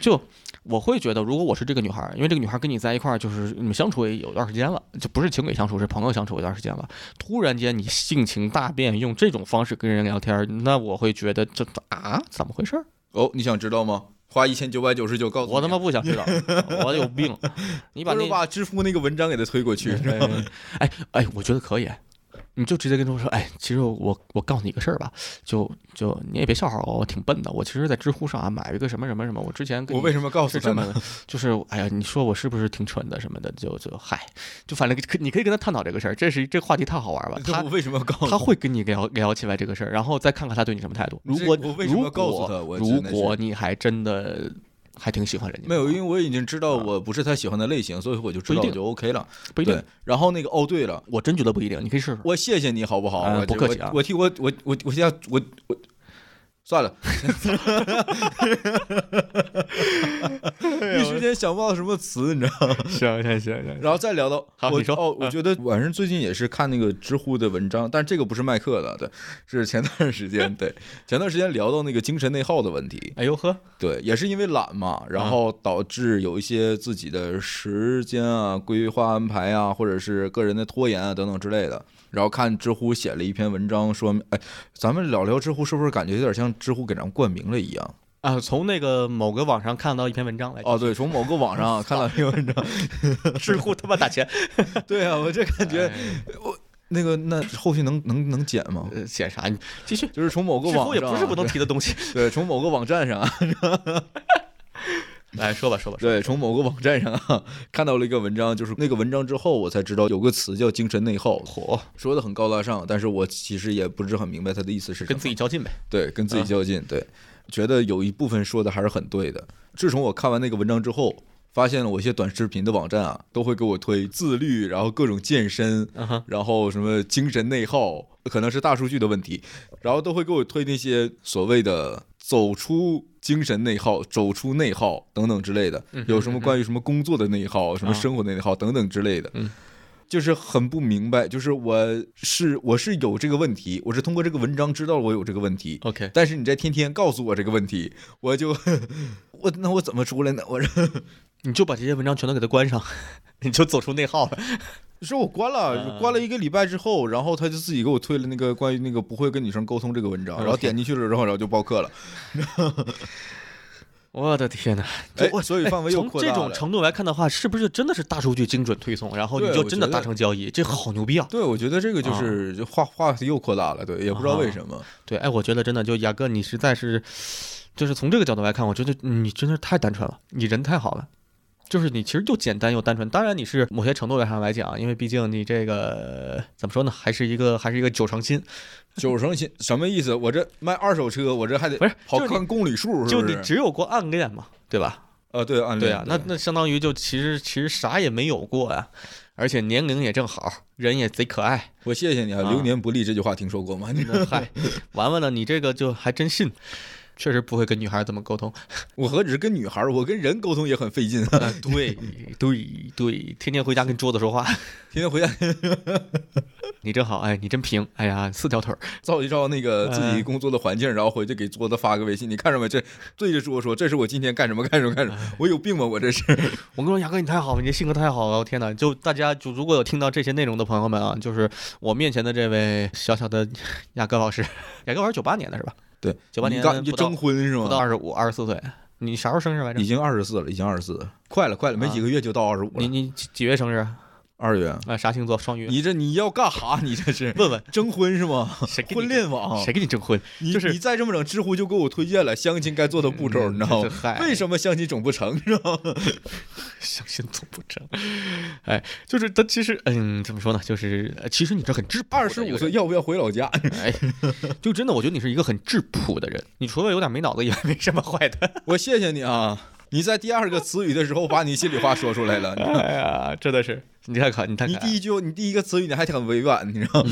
Speaker 1: 就我会觉得，如果我是这个女孩，因为这个女孩跟你在一块儿，就是你们相处也有段时间了，就不是情侣相处，是朋友相处有段时间了，突然间你性情大变，用这种方式跟人聊天，那我会觉得这啊怎么回事儿？
Speaker 2: 哦，你想知道吗？花一千九百九十九告诉
Speaker 1: 我他
Speaker 2: 你
Speaker 1: 妈不想 知道，我有病！你把
Speaker 2: 不
Speaker 1: 那
Speaker 2: 如把知乎那个文章给他推过去，
Speaker 1: 对哎哎，我觉得可以，你就直接跟他说，哎，其实我我告诉你个事儿吧，就就你也别笑话我，我挺笨的，我其实在知乎上啊买了一个什么什么什么，我之前跟
Speaker 2: 我
Speaker 1: 你
Speaker 2: 为什么告诉
Speaker 1: 是
Speaker 2: 他
Speaker 1: 这么
Speaker 2: 呢？
Speaker 1: 的，就是哎呀，你说我是不是挺蠢的什么的，就就嗨，就反正可你可以跟他探讨这个事儿，这是这个话题太好玩儿吧，
Speaker 2: 我
Speaker 1: 啊他。
Speaker 2: 为什么要告诉
Speaker 1: 他会跟你聊聊起来这个事儿，然后再看看他对你什么态度。如
Speaker 2: 这
Speaker 1: 果
Speaker 2: 我为什么
Speaker 1: 如
Speaker 2: 告诉
Speaker 1: 果
Speaker 2: 他我
Speaker 1: 如
Speaker 2: 真的是
Speaker 1: 果你还真的还挺喜欢人家的话，
Speaker 2: 没有，因为我已经知道
Speaker 1: 啊
Speaker 2: 我不是他喜欢的类型，所以我就知
Speaker 1: 不一
Speaker 2: 道
Speaker 1: 定
Speaker 2: 就 OK 了。
Speaker 1: 不一定
Speaker 2: 对。，然后那个哦，对了，
Speaker 1: 我真觉得不一定，你可以试 试。
Speaker 2: 我谢谢你好不好？
Speaker 1: 嗯
Speaker 2: 我
Speaker 1: 不客气啊
Speaker 2: 我我替我我我我现在我我算 了，一时间想不到什么词，你知道吗？
Speaker 1: 行行行行，
Speaker 2: 然后再聊到
Speaker 1: 好
Speaker 2: 我
Speaker 1: 你说
Speaker 2: 哦，我
Speaker 1: 嗯
Speaker 2: 觉得晚上最近也是看那个知乎的文章，但是这个不是麦克的，对，是前段时间对前段时间聊到那个精神内耗的问题，
Speaker 1: 哎呦呵，
Speaker 2: 对，也是因为懒嘛，然后导致有一些自己的时间啊、规划安排啊，或者是个人的拖延啊等等之类的。然后看知乎写了一篇文章说，哎，咱们聊聊知乎是不是感觉有点像知乎给咱们冠名了一样？
Speaker 1: 啊，从那个某个网上看到一篇文章来，
Speaker 2: 哦，对，从某个网上 啊看到一篇文章，
Speaker 1: 知乎他妈打 钱，
Speaker 2: 对啊，我这感觉那个那后续能能能剪吗？
Speaker 1: 呃写啥？你继续，
Speaker 2: 就是从某个
Speaker 1: 知
Speaker 2: 网
Speaker 1: 乎也
Speaker 2: 上啊，
Speaker 1: 不是不能提的 东西。
Speaker 2: 对，从某个网站上啊，
Speaker 1: 来哎说吧，说吧，说吧
Speaker 2: 对，从某个网站上啊看到了一个文章，就是那个文章之后，我才知道有个词叫精神内耗，
Speaker 1: 火
Speaker 2: 说的很高大上，但是我其实也不是很明白他的意思是什
Speaker 1: 跟
Speaker 2: 么。
Speaker 1: 自己较劲呗。
Speaker 2: 对，跟自己
Speaker 1: 啊
Speaker 2: 较劲，对，觉得有一部分说的还是很对的。自从我看完那个文章之后，发现了我一些短视频的网站啊，都会给我推自律，然后各种健身，
Speaker 1: 嗯哼，
Speaker 2: 然后什么精神内耗，可能是大数据的问题，然后都会给我推那些所谓的走出精神内耗、走出内耗等等之类的，
Speaker 1: 嗯
Speaker 2: 有什么关于什么工作的内耗、什么
Speaker 1: 啊
Speaker 2: 生活的内耗等等之类的
Speaker 1: 嗯，
Speaker 2: 就是很不明白，就是我是我是有这个问题，我是通过这个文章知道我有这个问题，
Speaker 1: OK，
Speaker 2: 但是你在天天告诉我这个问题，我就我那我怎么出来呢？我说
Speaker 1: 你就把这些文章全都给它关上， 你就走出内 耗了。
Speaker 2: 说我关了，
Speaker 1: 嗯
Speaker 2: 关了一个礼拜之后，然后他就自己给我推了那个关于那个不会跟女生沟通这个文章，
Speaker 1: OK
Speaker 2: 然后点进去了之后，然后就报课 了。
Speaker 1: 我的天 哪！
Speaker 2: 哎，所以范围又
Speaker 1: 从
Speaker 2: 扩
Speaker 1: 这
Speaker 2: 大
Speaker 1: 种
Speaker 2: 了。
Speaker 1: 程度来看的话，是不是真的是大数据精准推送，然后你
Speaker 2: 对
Speaker 1: 就
Speaker 2: 我
Speaker 1: 真的
Speaker 2: 觉
Speaker 1: 达
Speaker 2: 得
Speaker 1: 成交易？这好牛逼啊！
Speaker 2: 对，我觉得这个就是就话话题又扩大了，对，也不知道为
Speaker 1: 啊
Speaker 2: 什么。
Speaker 1: 对，哎，我觉得真的就雅哥，你实在是，就是从这个角度来看，我觉得你真的是太单纯了，你人太好了。就是你其实就简单又单纯，当然你是某些程度上来讲，因为毕竟你这个怎么说呢，还是一个还是一个九成新，
Speaker 2: 九成新什么意思？我这卖二手车，我这还得
Speaker 1: 不是
Speaker 2: 跑
Speaker 1: 就是你
Speaker 2: 看公里数，是
Speaker 1: 就
Speaker 2: 不
Speaker 1: 你
Speaker 2: 是？
Speaker 1: 只有过暗恋嘛，对吧？
Speaker 2: 啊，对，按
Speaker 1: 对
Speaker 2: 理
Speaker 1: 啊，那那相当于就其实其实啥也没有过呀、而且年龄也正好，人也贼可爱。
Speaker 2: 我谢谢你啊，
Speaker 1: 啊
Speaker 2: 流年不利这句话听说过吗？
Speaker 1: 那嗨，完完了，你这个就还真信，确实不会跟女孩怎么沟通。
Speaker 2: 我何止是跟女孩儿，我跟人沟通也很费劲， 天
Speaker 1: 啊，对对对，天天回家跟桌子说话。
Speaker 2: 天回家
Speaker 1: 你真好，哎，你真平，哎呀，四条腿儿，
Speaker 2: 照一照那个
Speaker 1: 嗯
Speaker 2: 自己工作的环境，然后回去给桌子发个微信，你看着没？这对着桌说，这是我今天干什么干什么干什
Speaker 1: 嗯
Speaker 2: 么，我有病吗？我这是。
Speaker 1: 我跟你说，牙哥你太好了，你这性格太好了，我天哪！就大家就如果有听到这些内容的朋友们啊，就是我面前的这位小小的 牙哥老师，牙哥老师九八年的是吧？
Speaker 2: 对，
Speaker 1: 九八年
Speaker 2: 你刚你
Speaker 1: 不
Speaker 2: 就
Speaker 1: 到
Speaker 2: 征婚是
Speaker 1: 不到
Speaker 2: 吗？
Speaker 1: 二十五、二十四岁，你啥时候生日来着
Speaker 2: 已？经二十四了，已经二十四了，快了
Speaker 1: 嗯
Speaker 2: 快了，没几个月就到二十五
Speaker 1: 你
Speaker 2: 了。
Speaker 1: 你几几月生日啊？
Speaker 2: 二月，
Speaker 1: 啊，啥星座？双鱼。
Speaker 2: 你这你要干哈？ 你这是
Speaker 1: 问问
Speaker 2: 征婚是吗？
Speaker 1: 谁给你
Speaker 2: 婚恋网
Speaker 1: 谁，给你征婚？
Speaker 2: 你
Speaker 1: 就是嗯
Speaker 2: 你再这么整，知乎就给我推荐了相亲该做的步骤，你知道
Speaker 1: 这
Speaker 2: 吗？
Speaker 1: 嗨，
Speaker 2: 为什么相亲总不成？是吧？
Speaker 1: 相信总不成？ 哎，就是他其实嗯，怎么说呢？就是呃其实你这很质朴的
Speaker 2: 二
Speaker 1: 一
Speaker 2: 十
Speaker 1: 个人，
Speaker 2: 五岁要不要回老家？
Speaker 1: 哎，就真的，我觉得你是一个很质朴的人，你除了有点没脑子以外，没什么坏的。
Speaker 2: 我谢谢你啊！你在第二个词语的时候把你心里话说出来了，你
Speaker 1: 哎呀，真的是，你太可，你太可
Speaker 2: 你
Speaker 1: 爱
Speaker 2: 第
Speaker 1: 了。
Speaker 2: 一句，你第一个词语你还挺委婉，你知道吗？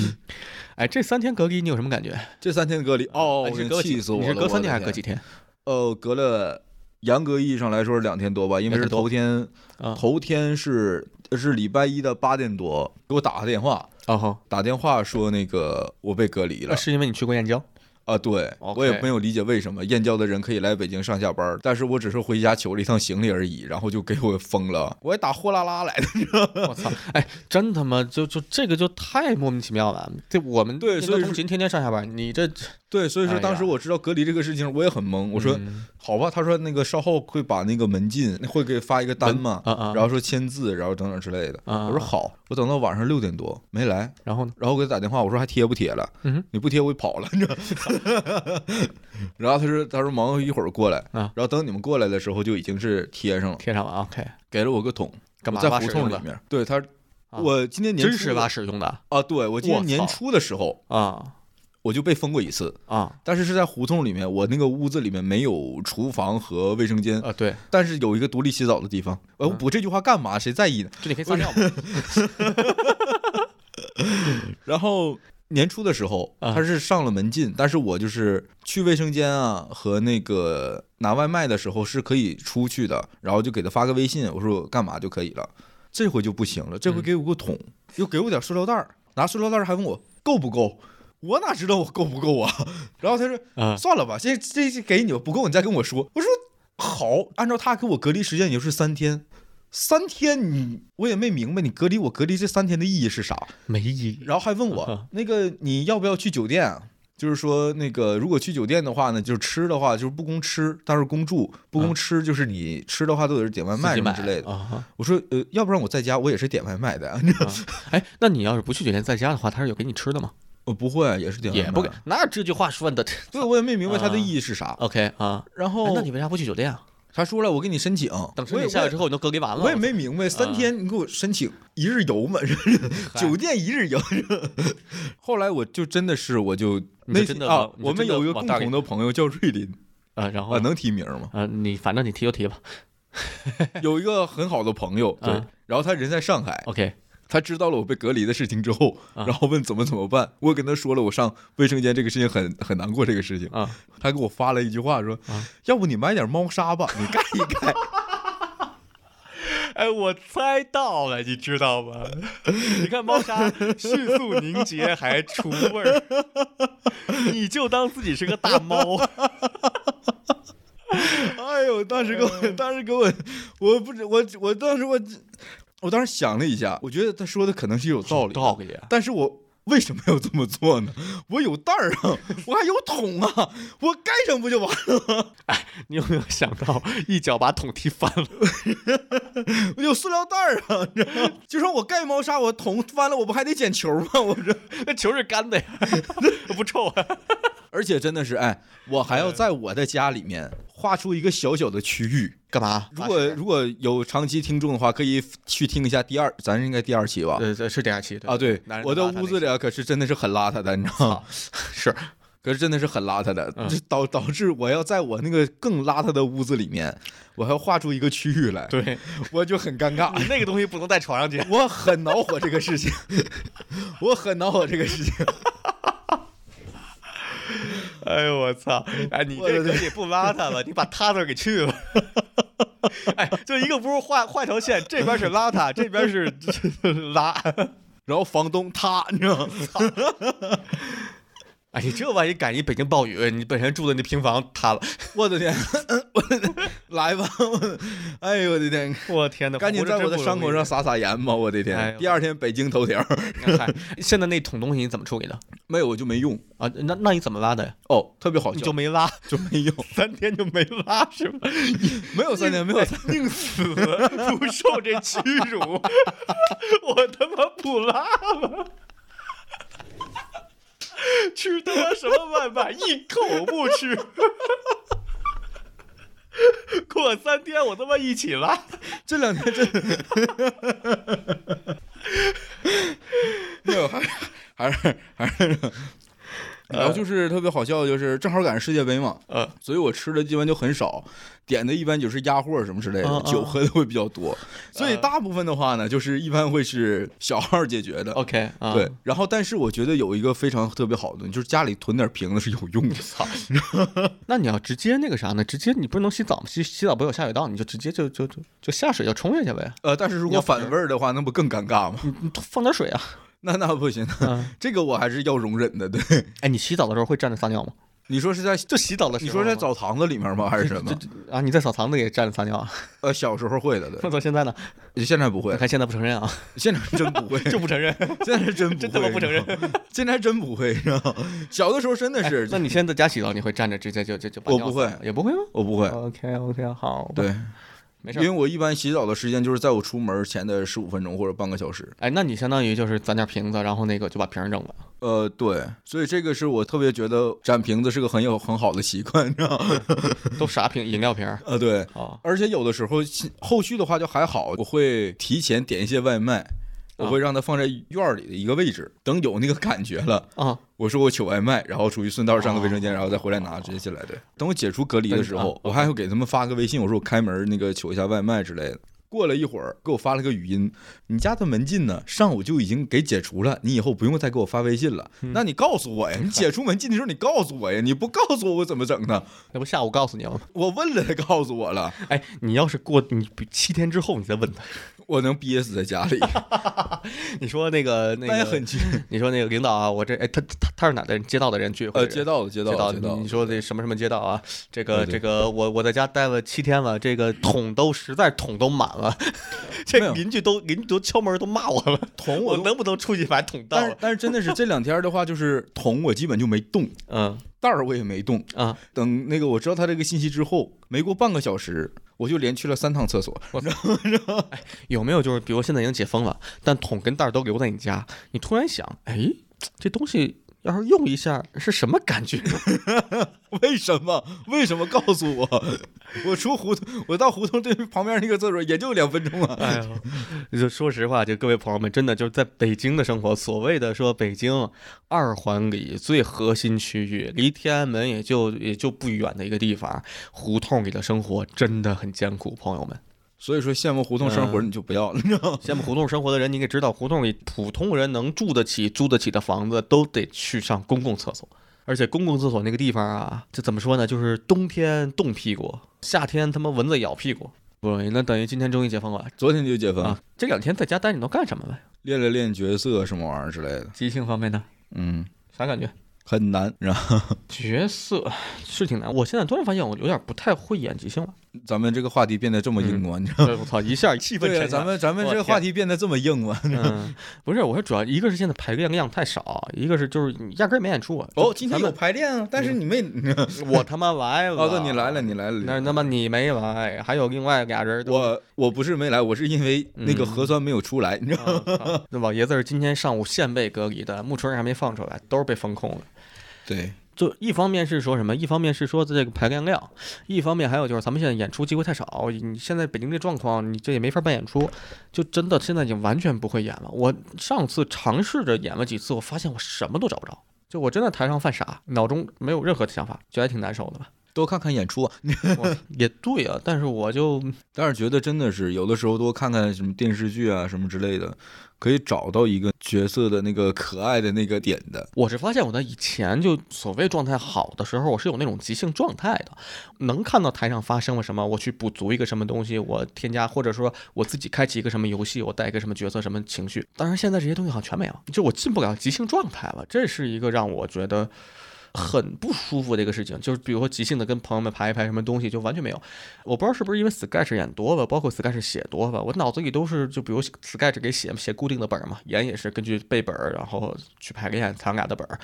Speaker 1: 哎，这三天隔离你有什么感觉？
Speaker 2: 这三天隔离，哦
Speaker 1: 哎，是
Speaker 2: 我
Speaker 1: 隔几
Speaker 2: 气死我了！
Speaker 1: 你是隔三天还是
Speaker 2: 我
Speaker 1: 隔
Speaker 2: 的
Speaker 1: 几天？
Speaker 2: 呃，隔了，严格意义上来说是两天多吧，因为是
Speaker 1: 两天多
Speaker 2: 头天，
Speaker 1: 啊
Speaker 2: 头天是是礼拜一的八点多给我打个电话，
Speaker 1: 哦吼，
Speaker 2: 打电话说那个我被隔离了
Speaker 1: 那哦哎是因为你去过燕郊？
Speaker 2: 啊，对
Speaker 1: OK
Speaker 2: 我也没有理解为什么燕郊的人可以来北京上下班儿，但是我只是回家取了一趟行李而已，然后就给我封了，我也打货拉拉来的。
Speaker 1: 我操！哎，真他妈就就这个就太莫名其妙了。这我们
Speaker 2: 对
Speaker 1: 燕
Speaker 2: 所
Speaker 1: 郊
Speaker 2: 以
Speaker 1: 通
Speaker 2: 说
Speaker 1: 勤天天上下班，你这
Speaker 2: 对，所以说
Speaker 1: 哎
Speaker 2: 当
Speaker 1: 呀嗯
Speaker 2: 时我知道隔离这个事情，我也很懵，我说、好吧，他说那个稍后会把那个门禁会给发一个单嘛，
Speaker 1: 啊啊
Speaker 2: 然后说签字，然后等等之类的。
Speaker 1: 啊
Speaker 2: 我说好，我等到晚上六点多没来，
Speaker 1: 然后呢？
Speaker 2: 然后我给他打电话，我说还贴不贴了？
Speaker 1: 嗯哼
Speaker 2: 你不贴我就跑了，你知道。 然后他说他说忙一会儿过来，
Speaker 1: 啊
Speaker 2: 然后等你们过来的时候就已经是贴上了，
Speaker 1: 贴上了啊 OK，
Speaker 2: 给了我个桶，
Speaker 1: 干嘛
Speaker 2: 我在
Speaker 1: 挖
Speaker 2: 胡
Speaker 1: 屎
Speaker 2: 同
Speaker 1: 用
Speaker 2: 里
Speaker 1: 的？
Speaker 2: 面。对他，
Speaker 1: 啊
Speaker 2: 我今年年初
Speaker 1: 真是挖屎用的
Speaker 2: 啊，对我今年
Speaker 1: 我
Speaker 2: 年
Speaker 1: 操
Speaker 2: 初的时候
Speaker 1: 啊
Speaker 2: 我就被封过一次，
Speaker 1: 啊
Speaker 2: 但是是在胡同里面，我那个屋子里面没有厨房和卫生间，
Speaker 1: 啊！对，
Speaker 2: 但是有一个独立洗澡的地方。呃，我
Speaker 1: 嗯
Speaker 2: 补这句话干嘛？谁在意呢？
Speaker 1: 就你可以撒尿嘛。
Speaker 2: 然后年初的时候，
Speaker 1: 啊
Speaker 2: 他是上了门禁，但是我就是去卫生间啊和那个拿外卖的时候是可以出去的，然后就给他发个微信，我说我干嘛就可以了。这回就不行了，这回给我个桶，又给我点塑料袋儿，拿塑料袋儿还问我够不够。我哪知道我够不够啊？ 然后他说：“
Speaker 1: 啊
Speaker 2: 算了吧，这这这给你吧，不够你再跟我说。”我说：“好，按照他给我隔离时间也就是三天，三天你我也没明白你隔离我隔离这三天的意义是啥。”
Speaker 1: 没意义。
Speaker 2: 然后还问
Speaker 1: 嗯
Speaker 2: 我那个你要不要去酒店？啊就是说那个如果去酒店的话呢，就是吃的话就是不供吃，但是供住，不供吃就是你吃的话都得是点外
Speaker 1: 嗯自己
Speaker 2: 卖什么
Speaker 1: 买
Speaker 2: 之类的。
Speaker 1: 啊！
Speaker 2: 我说呃，要不然我在家我也是点外卖的，啊
Speaker 1: 哎，那你要是不去酒店，在家的话，他是有给你吃的吗？
Speaker 2: 我不会啊也是点外卖，
Speaker 1: 也不给。那这句话 说的
Speaker 2: 对，我也没明白它的意义是啥。
Speaker 1: OK 啊。哎
Speaker 2: 然
Speaker 1: 那
Speaker 2: 后
Speaker 1: 你为啥不去酒店啊？
Speaker 2: 他说了，我给你申请，
Speaker 1: 等
Speaker 2: 我
Speaker 1: 申
Speaker 2: 也
Speaker 1: 请下来
Speaker 2: 我也
Speaker 1: 之后，你都隔离完了。啊
Speaker 2: 我也没明白，三天你给我申请一日游嘛，是不是
Speaker 1: 嗨
Speaker 2: 酒店一日游。 后来我就真的是，我就
Speaker 1: 你就
Speaker 2: 那
Speaker 1: 真的
Speaker 2: 啊
Speaker 1: 往，你就
Speaker 2: 我们
Speaker 1: 真的
Speaker 2: 有一个
Speaker 1: 往
Speaker 2: 共
Speaker 1: 大里
Speaker 2: 同的朋友叫瑞林
Speaker 1: 啊，然后
Speaker 2: 啊，能提名吗？
Speaker 1: 啊，你反正你提就提吧。
Speaker 2: 有一个很好的朋友，对
Speaker 1: 啊，
Speaker 2: 然后他人在上海，
Speaker 1: OK
Speaker 2: 他知道了我被隔离的事情之后，
Speaker 1: 啊
Speaker 2: 然后问怎么怎么办，我跟他说了我上卫生间这个事情很 很难过这个事情，
Speaker 1: 啊，
Speaker 2: 他给我发了一句话说
Speaker 1: 啊，
Speaker 2: 要不你买点猫砂吧，你盖一盖。
Speaker 1: 哎，我猜到了，你知道吗？ 你看猫砂迅速凝结还除味儿，你就当自己是个大猫。
Speaker 2: 哎呦，当时给
Speaker 1: 嗯
Speaker 2: 我，当时给我，我不知我我当时我，我当时想了一下，我觉得他说的可能是有道理的，
Speaker 1: 道理啊
Speaker 2: 但是我。为什么要这么做呢？我有袋儿啊，我还有桶啊，我盖上不就完了？
Speaker 1: 你有没有想到一脚把桶踢翻了？
Speaker 2: 我有塑料袋儿啊，你知道吗 就说我盖猫砂，我桶翻了，我不还得捡球吗？ 我这，
Speaker 1: 那球是干的呀， 不臭啊。
Speaker 2: 而且真的是，哎，我还要在我的家里面画出一个小小的区域，
Speaker 1: 干嘛？
Speaker 2: 如果如果有长期听众的话，可以去听一下第二，咱应该第二期吧？
Speaker 1: 呃，对是第二期
Speaker 2: 啊，对
Speaker 1: 男，人
Speaker 2: 我
Speaker 1: 的
Speaker 2: 的
Speaker 1: 邋遢
Speaker 2: 屋子里啊，可是真的是很邋遢的，你知道吗？
Speaker 1: 啊，是
Speaker 2: 可 是真的是很邋遢的，
Speaker 1: 嗯
Speaker 2: 这导导致我要在我那个更邋遢的屋子里面，我还要画出一个区域来，
Speaker 1: 对，
Speaker 2: 我就很尴 尬，
Speaker 1: 你那个东西不能带床 上去。
Speaker 2: 我很恼火这个事情， 我很恼火这个事情。
Speaker 1: 哎呦我操！哎，你
Speaker 2: 我的
Speaker 1: 这个也不邋遢了，你把邋遢给去了。 哎，就一个屋画画条线，这边是邋遢，这边是拉。
Speaker 2: 然后房东他，你知道吗？
Speaker 1: 哎，你这万一赶一北京暴雨，你本身住的那平房塌了，
Speaker 2: 我的天， 我的天，来吧， 我哎呦我的天，
Speaker 1: 我天哪！
Speaker 2: 赶紧在我的伤口上撒撒盐吧，我的
Speaker 1: 哎
Speaker 2: 天！
Speaker 1: 呦
Speaker 2: 第二天北京头条
Speaker 1: 上。嗨现在那桶东西你怎么处理的
Speaker 2: 没有我就没用
Speaker 1: 啊？那那你怎么拉的呀？
Speaker 2: 哦，特别好
Speaker 1: 你
Speaker 2: 笑，
Speaker 1: 就没拉，
Speaker 2: 就没用，
Speaker 1: 三天就没拉是吧？
Speaker 2: 没有三天，没有三
Speaker 1: 宁死不受这屈辱， 我他妈不拉了。吃他妈什么外卖，一口不吃。 过三天我他妈一起拉，
Speaker 2: 这两天真的，没有， 还是还是还是，然后就是特别好笑，就是正好赶上世界杯嘛，
Speaker 1: 呃，
Speaker 2: 所以我吃的一般就很少，点的一般就是鸭货什么之类的
Speaker 1: 嗯，嗯
Speaker 2: 酒喝的会比较多， 所以大部分的话呢，就是一般会是小号解决的。
Speaker 1: OK 啊
Speaker 2: 对，然后但是我觉得有一个非常特别好的，就是家里囤点瓶子是有用的。 操，
Speaker 1: 那你要直接那个啥呢？直接你不是能洗澡吗？洗洗澡不是有下水道，你就直接就就就就下水就冲下去呗，
Speaker 2: 呃，但是如果
Speaker 1: 要不
Speaker 2: 反味儿的话，那不更尴尬吗？
Speaker 1: 你你放点水啊。
Speaker 2: 那那不行，
Speaker 1: 嗯
Speaker 2: 这个我还是要容 忍的。对，
Speaker 1: 哎，你洗澡的时候会站着撒尿吗？
Speaker 2: 你说是在
Speaker 1: 就洗澡的时
Speaker 2: 你
Speaker 1: 候
Speaker 2: 说
Speaker 1: 吗，
Speaker 2: 在澡堂子里面吗？还是什么？
Speaker 1: 啊？你在澡堂子也站着撒尿啊？
Speaker 2: 呃，小时候会的，
Speaker 1: 那到现在呢？
Speaker 2: 对，现在不
Speaker 1: 你
Speaker 2: 会，
Speaker 1: 看现在不承认啊，
Speaker 2: 现在真不会，
Speaker 1: 就不承认。
Speaker 2: 现在真不会，
Speaker 1: 真他妈不承认
Speaker 2: 你知道吗，现在真不会，知道吗？小的时候真的
Speaker 1: 哎
Speaker 2: 是，
Speaker 1: 那你现在在家洗澡，你会站着直接就就就把
Speaker 2: 我
Speaker 1: 尿
Speaker 2: 不
Speaker 1: 撒
Speaker 2: 会
Speaker 1: 了也不会吗
Speaker 2: 我不会，
Speaker 1: ？OK OK，好吧，
Speaker 2: 对，
Speaker 1: 哦没事
Speaker 2: 因
Speaker 1: 儿
Speaker 2: 为。我一般洗澡的时间就是在我出门前的十五分钟或者半个小时。
Speaker 1: 哎，那你相当于就是攒点瓶子，然后那个就把瓶儿扔了。
Speaker 2: 呃，对，所以这个是我特别觉得占瓶子是个很有很好的习惯，你知道吗？
Speaker 1: 都啥瓶？饮料瓶儿
Speaker 2: 呃，对，
Speaker 1: 哦，
Speaker 2: 而且有的时候其后续的话就还好，我会提前点一些外卖，我
Speaker 1: 啊
Speaker 2: 会让它放在院儿里的一个位置，等有那个感觉了，
Speaker 1: 啊，
Speaker 2: 我说我取外卖，然后出去顺道上个卫
Speaker 1: 哦
Speaker 2: 生间，然后再回来拿直接进来。对，等我解除隔离的时
Speaker 1: 嗯
Speaker 2: 候
Speaker 1: 啊，
Speaker 2: 我还会给他们发个微信，我说我开门那个取一下外卖之类的。过了一会儿，给我发了个语音，你家的门禁呢，上午就已经给解除了，你以后不用再给我发微信了。
Speaker 1: 嗯
Speaker 2: 那你告 诉我呀，你解除门禁的时候你告诉我呀，你不告诉我我怎么整呢？
Speaker 1: 那不下午告诉你了吗？
Speaker 2: 我问了，他告诉我了。
Speaker 1: 哎，你要是过你比七天之后你再问他，
Speaker 2: 我能憋死在家里，
Speaker 1: 你说那个 那
Speaker 2: 那也
Speaker 1: 个，
Speaker 2: 很近。
Speaker 1: 你说那个领导啊，我这哎他他他是哪的人？街道的人聚会
Speaker 2: 呃，
Speaker 1: 人？
Speaker 2: 街道的街
Speaker 1: 街
Speaker 2: 道的
Speaker 1: 你
Speaker 2: 街道的
Speaker 1: 你，说这什么什么街道啊？这个
Speaker 2: 对对
Speaker 1: 这个，我我在家待了七天了，这个桶都实在桶都满了，这
Speaker 2: 没 有
Speaker 1: 邻居都邻居都敲门都骂我 了，
Speaker 2: 捅
Speaker 1: 我
Speaker 2: 我都，
Speaker 1: 能不能出去把桶啊倒
Speaker 2: 但是
Speaker 1: 了？
Speaker 2: 但是真的是这两天的话，就是捅我基本就没动，
Speaker 1: 嗯
Speaker 2: 袋儿我也没动。
Speaker 1: 啊，
Speaker 2: 等那个我知道他这个信息之后，没过半个小时，我就连去了三趟厕所。
Speaker 1: 有没有就是比如现在已经解封了，但桶跟袋儿都留在你家，你突然想，哎，这东西要是用一下是什么感觉？
Speaker 2: 为什么？为什么告诉我？我出胡同，我到胡同对旁边那个厕所也就两分钟啊。
Speaker 1: 哎呦， 就说实话，就各位朋友们，真的就是在北京的生活，所谓的说北京二环里最核心区域，离天安门也就也就不远的一个地方，胡同里的生活真的很艰苦，朋友们。
Speaker 2: 所以说羡慕胡同生活你就不要了，你知道吗？
Speaker 1: 羡慕胡同生活的人，你应该知道，胡同里普通人能住得起、租得起的房子，都得去上公共厕所。而且公共厕所那个地方啊，这怎么说呢？就是冬天冻屁股，夏天他妈蚊子咬屁股，不容易。那等于今天终于解封了
Speaker 2: 昨天就解封，
Speaker 1: 啊！这两天在家待着，你都干什么了？
Speaker 2: 练了练角色什么玩意儿之类的，
Speaker 1: 即兴方面呢？
Speaker 2: 嗯，
Speaker 1: 啥感觉？
Speaker 2: 很难。然后
Speaker 1: 角色是挺难，我现在突然发现我有点不太会演即兴 了。
Speaker 2: 咱们这个话题变得这么硬啊吗？你知道吗？
Speaker 1: 我操，一下气氛
Speaker 2: 对
Speaker 1: 沉
Speaker 2: 呀，
Speaker 1: 下
Speaker 2: 咱们咱们
Speaker 1: 我
Speaker 2: 这个
Speaker 1: 天
Speaker 2: 话题变得这么硬啊吗？
Speaker 1: 嗯，不是，我说主要一个是现在排练量太少，一个是就是你压根儿没演出啊。就咱们
Speaker 2: 排练啊，但是你没哦，
Speaker 1: 我他妈来了，
Speaker 2: 对，你来了，，你来了。
Speaker 1: 那他妈你没来，还有另外俩人都。
Speaker 2: 我我不是没来，我是因为那个
Speaker 1: 嗯
Speaker 2: 核酸没有出来，你知道吗？
Speaker 1: 啊操那老爷子是今天上午现被隔离的，木春还没放出来，都是被封控了。
Speaker 2: 对，
Speaker 1: 就一方面是说什么，一方面是说这个排练量，一方面还有就是咱们现在演出机会太少，你现在北京这状况，你这也没法办演出，就真的现在已经完全不会演了。我上次尝试着演了几次，我发现我什么都找不着，就我真的台上犯傻，脑中没有任何的想法，觉得还挺难受的吧。
Speaker 2: 多看看演出啊。
Speaker 1: 我 也对啊，但是我就
Speaker 2: 但是觉得真的是有的时候多看看什么电视剧啊什么之类的，可以找到一个角色的那个可爱的那个点的。
Speaker 1: 我是发现我在以前就所谓状态好的时候，我是有那种即兴状态的，能看到台上发生了什么，我去补足一个什么东西，我添加或者说我自己开启一个什么游戏，我带一个什么角色什么情绪。当然现在这些东西好像全没了，就我进不了即兴状态了，这是一个让我觉得。很不舒服的一个事情，就是比如说即兴的跟朋友们排一排什么东西，就完全没有。我不知道是不是因为 Sketch 演多了，包括 Sketch 写多了，我脑子里都是就比如 Sketch 给写写固定的本儿嘛，演也是根据背本儿，然后去排练咱俩的本儿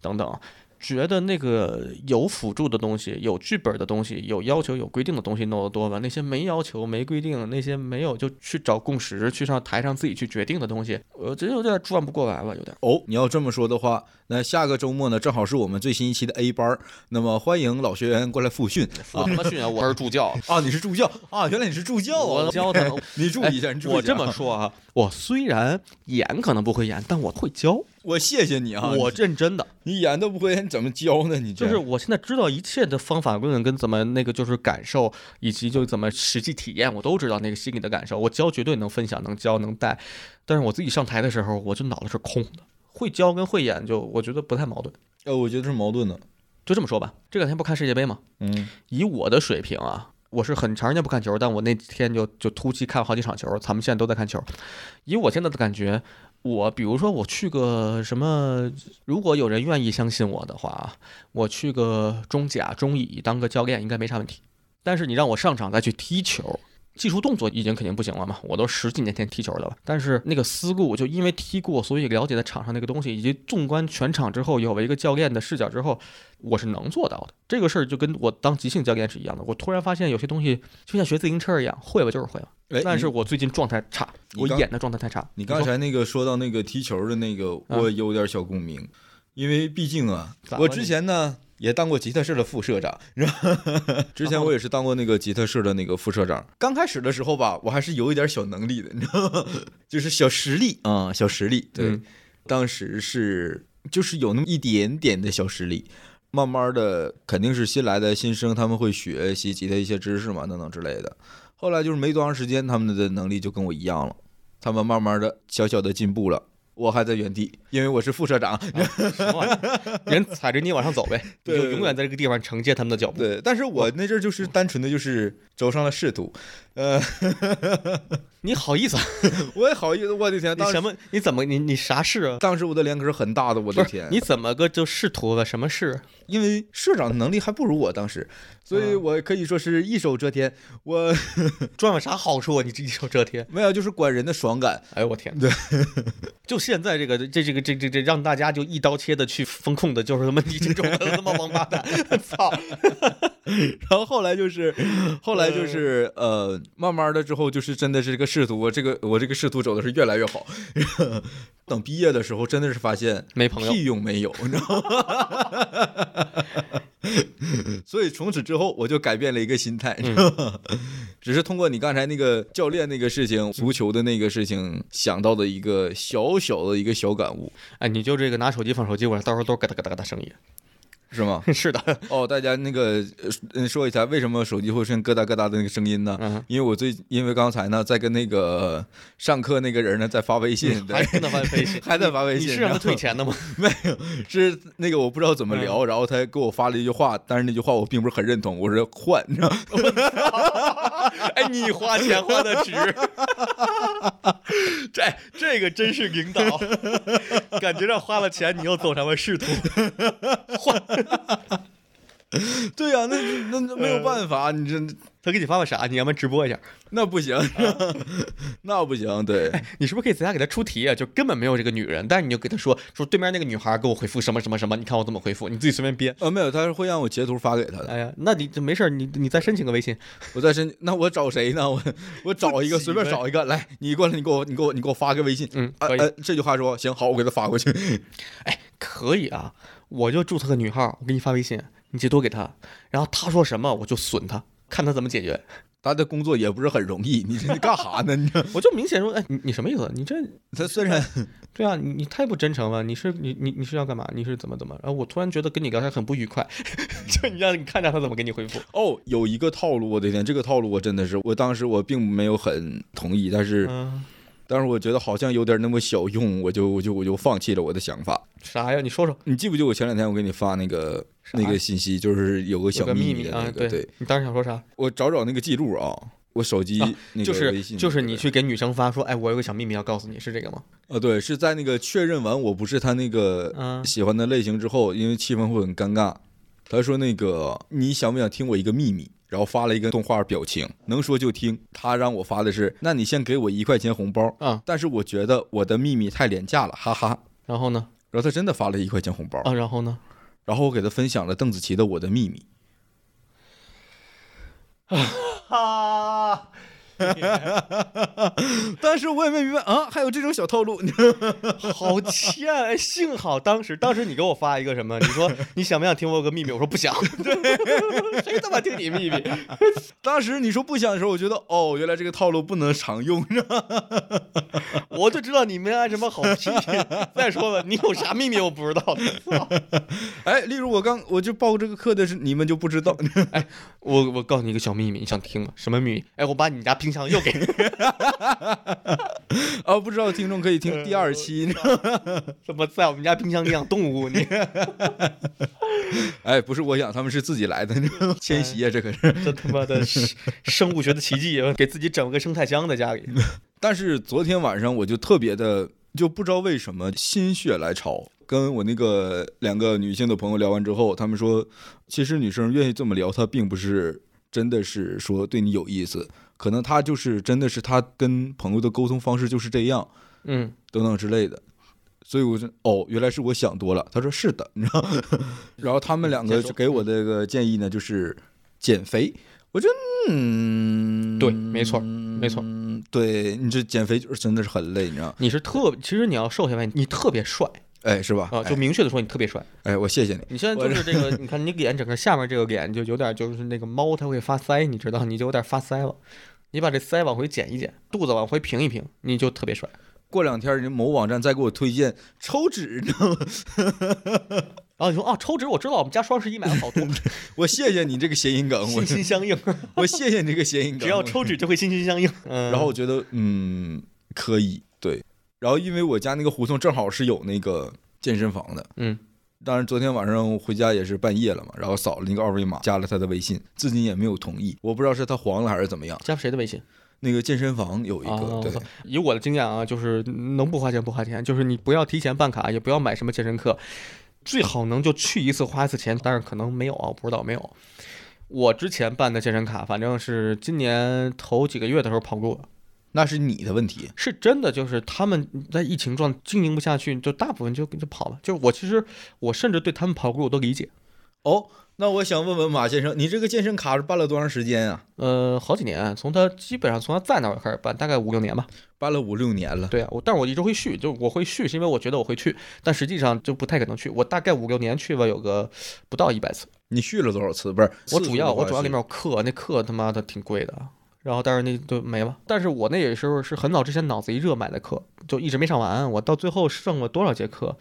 Speaker 1: 等等。觉得那个有辅助的东西、有剧本的东西、有要求、有规定的东西弄得多吧？那些没要求、没规定、那些没有就去找共识、去上台上自己去决定的东西，我这有点转不过来了，有点。
Speaker 2: 哦，你要这么说的话，那下个周末呢，正好是我们最新一期的 A 班儿，那么欢迎老学员过来复训
Speaker 1: 我
Speaker 2: 啊
Speaker 1: 他妈训啊！我是助教，
Speaker 2: 啊！你是助教啊？原来你是助教啊！
Speaker 1: 我教他们。
Speaker 2: 你注意一下，
Speaker 1: 哎
Speaker 2: 你注意一下。
Speaker 1: 我这么，说啊，我虽然演可能不会演，但我会教，
Speaker 2: 我谢谢你啊！
Speaker 1: 我认真的。
Speaker 2: 你演都不会，你怎么教呢？你这
Speaker 1: 就是我现在知道一切的方法论跟怎么那个就是感受，以及就怎么实际体验，我都知道那个心理的感受。我教绝对能分享，能教能带，但是我自己上台的时候，我就脑子是空的。会教跟会演就我觉得不太矛盾，
Speaker 2: 呃，我觉得是矛盾的。
Speaker 1: 就这么说吧。这两天不看世界杯吗？
Speaker 2: 嗯，
Speaker 1: 以我的水平啊，我是很长时间不看球，但我那天就就突击看好几场球，咱们现在都在看球。以我现在的感觉，我比如说我去个什么，如果有人愿意相信我的话啊，我去个中甲、中乙当个教练应该没啥问题。但是你让我上场再去踢球，技术动作已经肯定不行了嘛，我都十几年前踢球的了。但是那个思路，就因为踢过，所以了解的场上那个东西，以及纵观全场之后，有了一个教练的视角之后，我是能做到的。这个事儿就跟我当即性教练是一样的。我突然发现有些东西就像学自行车一样，会了就是会了。
Speaker 2: 哎，
Speaker 1: 但
Speaker 2: 你
Speaker 1: 是我最近状态差，
Speaker 2: 你
Speaker 1: 我
Speaker 2: 刚
Speaker 1: 演的状态太差。
Speaker 2: 你刚
Speaker 1: 说
Speaker 2: 才那个说到那个踢球的那个，
Speaker 1: 啊
Speaker 2: 我有点小共鸣，因为毕竟啊
Speaker 1: 咋，了
Speaker 2: 我之前呢也当过吉他社的副社长，是吧 之前我也是当过那个吉他社的那个副社长。刚开始的时候吧，我还是有一点小能力的，你知道吗？ 就是小实力啊、小实力。对，
Speaker 1: 嗯
Speaker 2: 当时是就是有那么一点点的小实力。慢慢的，肯定是新来的新生，他们会学习吉他一些知识嘛，等等之类的。后来就是没多长时间，他们的能力就跟我一样了。他们慢慢的小小的进步了，我还在原地，因为我是副社长。
Speaker 1: 什么玩意 儿人踩着你往上 走呗，你
Speaker 2: 对
Speaker 1: 就永远在这个地方承接他们的脚步。
Speaker 2: 对，但是我那阵儿就是单纯的就是走上了仕途， 呃，
Speaker 1: 你好意思啊？
Speaker 2: 我也好意思，我的天，
Speaker 1: 你
Speaker 2: 当
Speaker 1: 什
Speaker 2: 时
Speaker 1: 么？你怎么？你你啥事啊？
Speaker 2: 当时我的脸可是很大的，我
Speaker 1: 不
Speaker 2: 的
Speaker 1: 是
Speaker 2: 天，
Speaker 1: 你怎么个就仕途了？什么 事？
Speaker 2: 因为社长的能力还不如我当时，所以
Speaker 1: 嗯
Speaker 2: 我可以说是一手遮天，我！
Speaker 1: 赚了啥好处啊？你这一手遮天
Speaker 2: 没有就是管人的爽感，
Speaker 1: 哎呦我天！对， 就现在这个这这个这这这让大家就一刀切的去风控的，就是他妈你这种他妈王八蛋！ 操！
Speaker 2: 然后后来就是，后来就是呃，慢慢的之后就是真的是这个仕途，我这个我这个仕途走的是越来越好。 等毕业的时候，真的是发现
Speaker 1: 没朋友
Speaker 2: 屁用没有，你知道吗？ 所以从此之后，我就改变了一个心态，是
Speaker 1: 嗯
Speaker 2: 吧只是通过你刚才那个教练那个事情，足球的那个事情想到的一个小小的一个小感悟，
Speaker 1: 哎，你就这个拿手机放手机，我到时候都是嘎哒嘎哒嘎哒声音。
Speaker 2: 是吗？
Speaker 1: 是的，
Speaker 2: 哦，大家那个呃说一下，为什么手机会出现咯哒咯哒的那个声音呢？
Speaker 1: 嗯
Speaker 2: 因为我最因为刚才呢，在跟那个上课那个人呢，在发微信，
Speaker 1: 嗯还
Speaker 2: 对，
Speaker 1: 跟他发微 信，
Speaker 2: 还在发微信
Speaker 1: 你是让他退嗯钱的吗？
Speaker 2: 是那个我不知道怎么聊，然后他给我发了一句话，但是那句话我并不是很认同，我说换，你知道吗？
Speaker 1: 哎，你花钱花的值， 这这个真是领导，感觉上花了钱你又走上了仕途。
Speaker 2: 对呀、那那那没
Speaker 1: 嗯
Speaker 2: 有办法，你这
Speaker 1: 他给你发个啥？你要不然直播一下？
Speaker 2: 那不行，
Speaker 1: 啊
Speaker 2: 那不行，对，
Speaker 1: 你是不是可以在家给他出题啊？就根本没有这个女人，但是你就给他说说对面那个女孩给我回复什么什么什么，你看我怎么回复，你自己随便编。
Speaker 2: 呃，没有，他是会让我截图发给他的，
Speaker 1: 哎呀，那你就没事儿，你你再申请个微信，
Speaker 2: 我在申，那我找谁呢？我我找一个
Speaker 1: 自己
Speaker 2: 随
Speaker 1: 呗
Speaker 2: 便找一个，来，你过来，你给我，你给我，你给我发个微信，
Speaker 1: 嗯，
Speaker 2: 啊
Speaker 1: 可以，
Speaker 2: 呃，这句话说行，好，我给他发过去。
Speaker 1: 可以啊，我就注册个女号，我给你发微信，你截图给他，然后他说什么我就损他，看他怎么解决。
Speaker 2: 他的工作也不是很容易，你这你干啥呢？你这
Speaker 1: 我就明显说，哎，你你什么意思？你这
Speaker 2: 他虽然
Speaker 1: 对啊，你你太不真诚了，你是你你你是要干嘛？你是怎么怎么？然后我突然觉得跟你聊天很不愉快， 就你让你看着他怎么给你回复。
Speaker 2: 哦有一个套路，我的天，这个套路我真的是，我当时我并没有很同意，但是
Speaker 1: 嗯，
Speaker 2: 但是我觉得好像有点那么小用，我就我就我就放弃了我的想法。
Speaker 1: 啥呀？你说说，
Speaker 2: 你记不记得我前两天我给你发那个
Speaker 1: 啥
Speaker 2: 那个信息，就是有个
Speaker 1: 有
Speaker 2: 小
Speaker 1: 个秘
Speaker 2: 密
Speaker 1: 密
Speaker 2: 的那
Speaker 1: 啊
Speaker 2: 个？，对
Speaker 1: 你当时想说啥？
Speaker 2: 我找找那个记录啊。我手机
Speaker 1: 啊
Speaker 2: 那
Speaker 1: 就
Speaker 2: 个微信
Speaker 1: 是
Speaker 2: 里
Speaker 1: 就是你
Speaker 2: 边
Speaker 1: 去给女生发说，哎，我有个小秘密要告诉你，是这个吗？
Speaker 2: 呃对，是在那个确认完我不是他那个
Speaker 1: 嗯
Speaker 2: 喜欢的类型之后，因为气氛会很尴尬。他说：“那个，你想不想听我一个秘密？”然后发了一个动画表情，能说就听。他让我发的是：“那你先给我一块钱红包。”
Speaker 1: 啊，
Speaker 2: 但是我觉得我的秘密太廉价了，哈哈。
Speaker 1: 然后呢？
Speaker 2: 然后他真的发了一块钱红包，
Speaker 1: 啊，然后呢？
Speaker 2: 然后我给他分享了邓紫棋的《我的秘密》。
Speaker 1: 啊，
Speaker 2: 但是我也没明白啊，还有这种小套路。
Speaker 1: 好欠！哎 幸好当时当时你给我发一个什么？你 说你想不想听我有个秘密？我说不想。 对，谁他妈听你秘密？
Speaker 2: 当时你说不想的时候，我觉得哦，原来这个套路不能常用。
Speaker 1: 我就知道你没安什么好屁。 再说了，你有啥秘密我不知道的。操
Speaker 2: 哎，例如我刚我就报这个课的是你们就不知道。
Speaker 1: 哎我我告诉你一个小秘密，你想听吗？什么秘密？哎，我把你家冰箱又给你。
Speaker 2: 啊，不知道的听众可以听第二期。
Speaker 1: 怎么在我们家冰箱里养动物？你
Speaker 2: 哎，不是我养，他们是自己来的，迁徙啊，这可是。
Speaker 1: 这他妈的是生物学的奇迹，给自己整个生态箱在家里。
Speaker 2: 但是昨天晚上我就特别的就不知道为什么心血来潮，跟我那个两个女性的朋友聊完之后，他们说，其实女生愿意这么聊，她并不是真的是说对你有意思，可能她就是真的是她跟朋友的沟通方式就是这样，
Speaker 1: 嗯，
Speaker 2: 等等之类的。所以我就哦，原来是我想多了。他说是的，你知道。 然后他们两个
Speaker 1: 接受
Speaker 2: 就给我的一个建议呢，就是减肥。我觉得，嗯，
Speaker 1: 对没错没错
Speaker 2: 嗯，对你这减肥就是真的是很累，你知道？
Speaker 1: 你是特，其实你要瘦下来，你特别帅
Speaker 2: 哎，是吧？
Speaker 1: 啊，就明确的说你特别帅。
Speaker 2: 哎，哎我谢谢你。
Speaker 1: 你现在就是这个，你看你脸整个下面这个脸就有点就是那个猫它会发腮，你知道，你就有点发腮了。你把这腮往回减一减，肚子往回平一平，你就特别帅。
Speaker 2: 过两天人家某网站再给我推荐抽脂， 你知道吗？
Speaker 1: 然后你说啊，抽脂我知 道，我们家双十一买了好多，
Speaker 2: 我谢谢你这个谐音梗，我
Speaker 1: 心心相印，
Speaker 2: 我谢谢你这个 谐音梗。
Speaker 1: 只要抽脂就会心心相印。嗯，
Speaker 2: 然后我觉得嗯可以对，然后因为我家那个胡同正好是有那个健身房的，
Speaker 1: 嗯，
Speaker 2: 当然昨天晚上回家也是半夜了嘛，然后扫了那个二维码，加了他的微信，至今也没有同意，我不知道是他黄了还是怎么样。
Speaker 1: 加谁的微信？
Speaker 2: 那个健身房有一个、
Speaker 1: 啊
Speaker 2: 对，
Speaker 1: 以我的经验啊，就是能不花钱不花钱，就是你不要提前办卡，也不要买什么健身课，最好能就去一次花一次钱，但是可能没有啊，我不知道没有。我之前办的健身卡，反正是今年头几个月的时候跑不够了，
Speaker 2: 那是你的问题，
Speaker 1: 是真的，就是他们在疫情状经营不下去，就大部分就就跑了。就是我其实我甚至对他们跑步我都理解，
Speaker 2: 哦。那我想问问马先生，你这个健身卡是办了多长时间啊？
Speaker 1: 呃，好几年，从他基本上从他在那儿开始办，大概五六年吧。
Speaker 2: 办了五六年 了。
Speaker 1: 对啊，我但是我一直会续，就我会续是因为我觉得我会去，但实际上就不太可能去。我大概五六年去吧，有个不到一百次。
Speaker 2: 你续了多少次？不是，
Speaker 1: 我主要我主要里面
Speaker 2: 面
Speaker 1: 有课，那课他妈的挺贵的，然后但是那就没了。但是我那也是是很早之前脑子一热买的课，就一直没上完。我到最后剩了多少节课，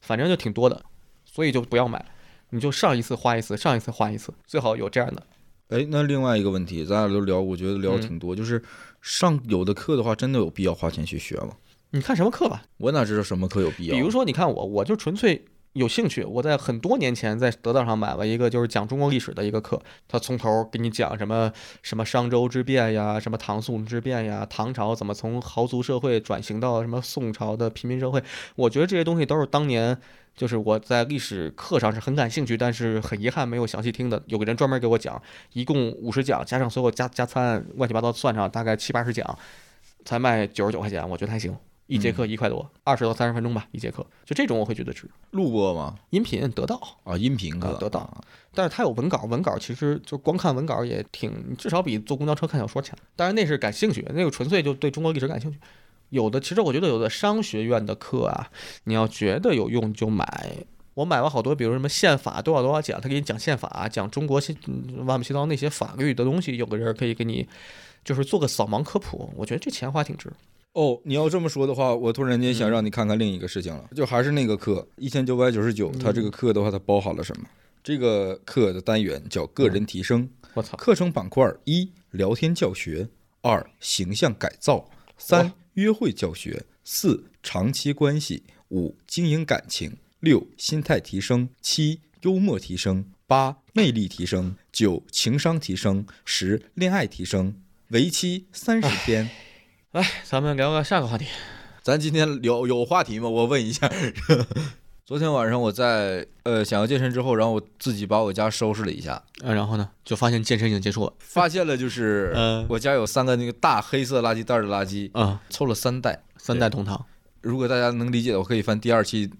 Speaker 1: 反正就挺多的，所以就不要买，你就上一次花一次，上一次花一次，最好有这样的。
Speaker 2: 哎，那另外一个问题，咱俩都聊，我觉得聊得挺
Speaker 1: 嗯
Speaker 2: 多，就是上有的课的话，真的有必要花钱去学吗？
Speaker 1: 你看什么课吧，
Speaker 2: 我哪知道什么课有必要？
Speaker 1: 比如说，你看我，我就纯粹有兴趣。我在很多年前在得到上买了一个就是讲中国历史的一个课，他从头给你讲什么什么商周之变呀，什么唐宋之变呀，唐朝怎么从豪族社会转型到什么宋朝的平民社会。我觉得这些东西都是当年。就是我在历史课上是很感兴趣，但是很遗憾没有详细听的。有个人专门给我讲，一共五十讲，加上所有加加餐乱七八糟算上，大概七八十讲，才卖九十九块钱，我觉得还行。一节课一块多，二十到三十分钟吧，一节课，就这种我会觉得值。
Speaker 2: 录播吗？
Speaker 1: 音频得到，
Speaker 2: 啊，音频课、
Speaker 1: 啊得到但是它有文稿，文稿其实就光看文稿也挺，至少比坐公交车看小说强。当然那是感兴趣，那个纯粹就对中国历史感兴趣。有的其实我觉得有的商学院的课啊，你要觉得有用就买。我买了好多，比如什么宪法多少多少讲，他给你讲宪法，啊讲中国新嗯乱七八糟那些法律的东西，有个人可以给你就是做个扫盲科普，我觉得这钱花挺值。
Speaker 2: 哦，你要这么说的话，我突然间想让你看看另一个事情了，就还是那个课，一千九百九十九，它这个课的话，它包含了什么？这个课的单元叫个人提升，
Speaker 1: 我操，
Speaker 2: 课程板块一聊天教学，二形象改造，三约会教学，四长期关系，五经营感情，六心态提升，七幽默提升，八魅力提升，九情商提升，十恋爱提升。为期三十天，
Speaker 1: 来，咱们聊个下个话题。
Speaker 2: 哎 咱今天有有话题吗？我问一下。 昨天晚上我在呃想要健身之后，然后我自己把我家收拾了一下，
Speaker 1: 呃，然后呢，就发现健身已经结束了。
Speaker 2: 发现了就是，
Speaker 1: 嗯
Speaker 2: 我家有三个那个大黑色垃圾袋的垃圾，
Speaker 1: 啊、
Speaker 2: 凑了三袋。
Speaker 1: 三代同 堂。
Speaker 2: 如果大家能理解的，我可以翻第二 期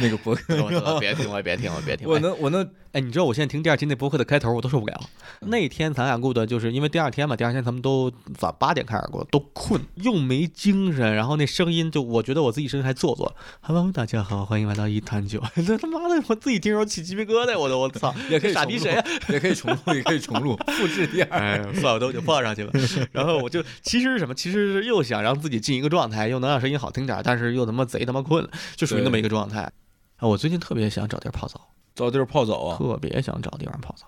Speaker 2: 那个博客。
Speaker 1: 别听了，别听了，别听
Speaker 2: 我。能，我能，
Speaker 1: 哎，你知道我现在听第二期那播客的开头，我都受不了。
Speaker 2: 嗯
Speaker 1: 那天咱俩录的，就是因为第二天嘛，第二天咱们都早八点开始录，都困，又没精神，然后那声音就，我觉得我自己声音还做作。Hello，大家好，欢迎来到一坛酒。 这他妈的，我自己听着起鸡皮疙瘩，我都我操，
Speaker 2: 也可以
Speaker 1: 傻
Speaker 2: 重
Speaker 1: 逼
Speaker 2: 录
Speaker 1: 谁啊？
Speaker 2: 也可以重 录，也可以重录，复制第二。
Speaker 1: 哎， 算了，我都已经放上去 了。然后我就其实是什么？其实是又想让自己进一个状态，又能让声音好听点儿，但是又他妈贼他妈困，就属于那么一个状态。啊，我最近特别想找地儿泡澡，
Speaker 2: 找地儿泡澡啊，
Speaker 1: 特别想找地方泡澡，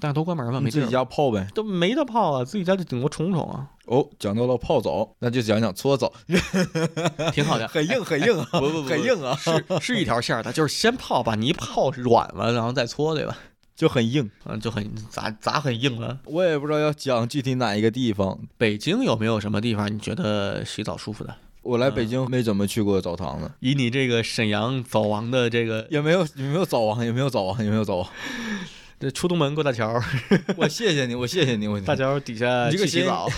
Speaker 1: 但是都关门了，没
Speaker 2: 你
Speaker 1: 地
Speaker 2: 自己
Speaker 1: 儿，
Speaker 2: 家泡呗。
Speaker 1: 都没得泡啊，自己家就顶多冲冲啊，
Speaker 2: 哦，讲到了泡澡，那就讲讲搓澡，
Speaker 1: 挺好的。
Speaker 2: 很硬，很 硬啊，
Speaker 1: 不不不
Speaker 2: 很硬 啊，
Speaker 1: 是是一条线儿的，就是先泡吧，你一泡软了，然后再搓，对吧？
Speaker 2: 就很硬。
Speaker 1: 嗯，就很咋咋很硬啊了。
Speaker 2: 我也不知道要讲具体哪一个地方，
Speaker 1: 北京有没有什么地方你觉得洗澡舒服的？
Speaker 2: 我来北京没怎么去过澡堂子，
Speaker 1: 以你这个沈阳早王的这个
Speaker 2: 也没有也没有澡王，也没有澡王，也没有澡王。
Speaker 1: 这出东门过大桥，
Speaker 2: 我谢谢你，我谢谢你，我
Speaker 1: 大桥底下
Speaker 2: 你这个
Speaker 1: 去洗
Speaker 2: 谐
Speaker 1: 澡，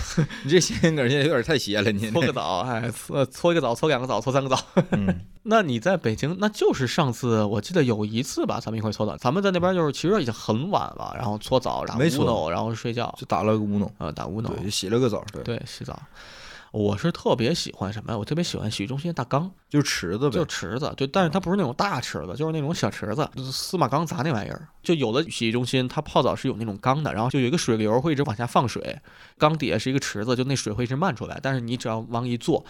Speaker 2: 你这谐音梗现在有点太邪了，你
Speaker 1: 搓个澡，哎，搓搓一个澡，搓两个澡，搓三个澡。
Speaker 2: 嗯
Speaker 1: 那你在北京，那就是上次我记得有一次吧，咱们一块搓澡，咱们在那边就是其实已经很晚了，然后搓澡，然后
Speaker 2: 没错
Speaker 1: 乌弄，然后睡觉，
Speaker 2: 就打了个乌龙，
Speaker 1: 呃，打乌弄
Speaker 2: 对，，就洗了个澡，对，
Speaker 1: 对，洗澡。我是特别喜欢什么呀？我特别喜欢洗浴中心的大缸，
Speaker 2: 就池子呗，
Speaker 1: 就是池子，就但是它不是那种大池子，就是那种小池子，就是司马缸砸那玩意儿。就有的洗浴中心它泡澡是有那种缸的，然后就有一个水流会一直往下放水，缸底下是一个池子，就那水会一直漫出来，但是你只要往一坐，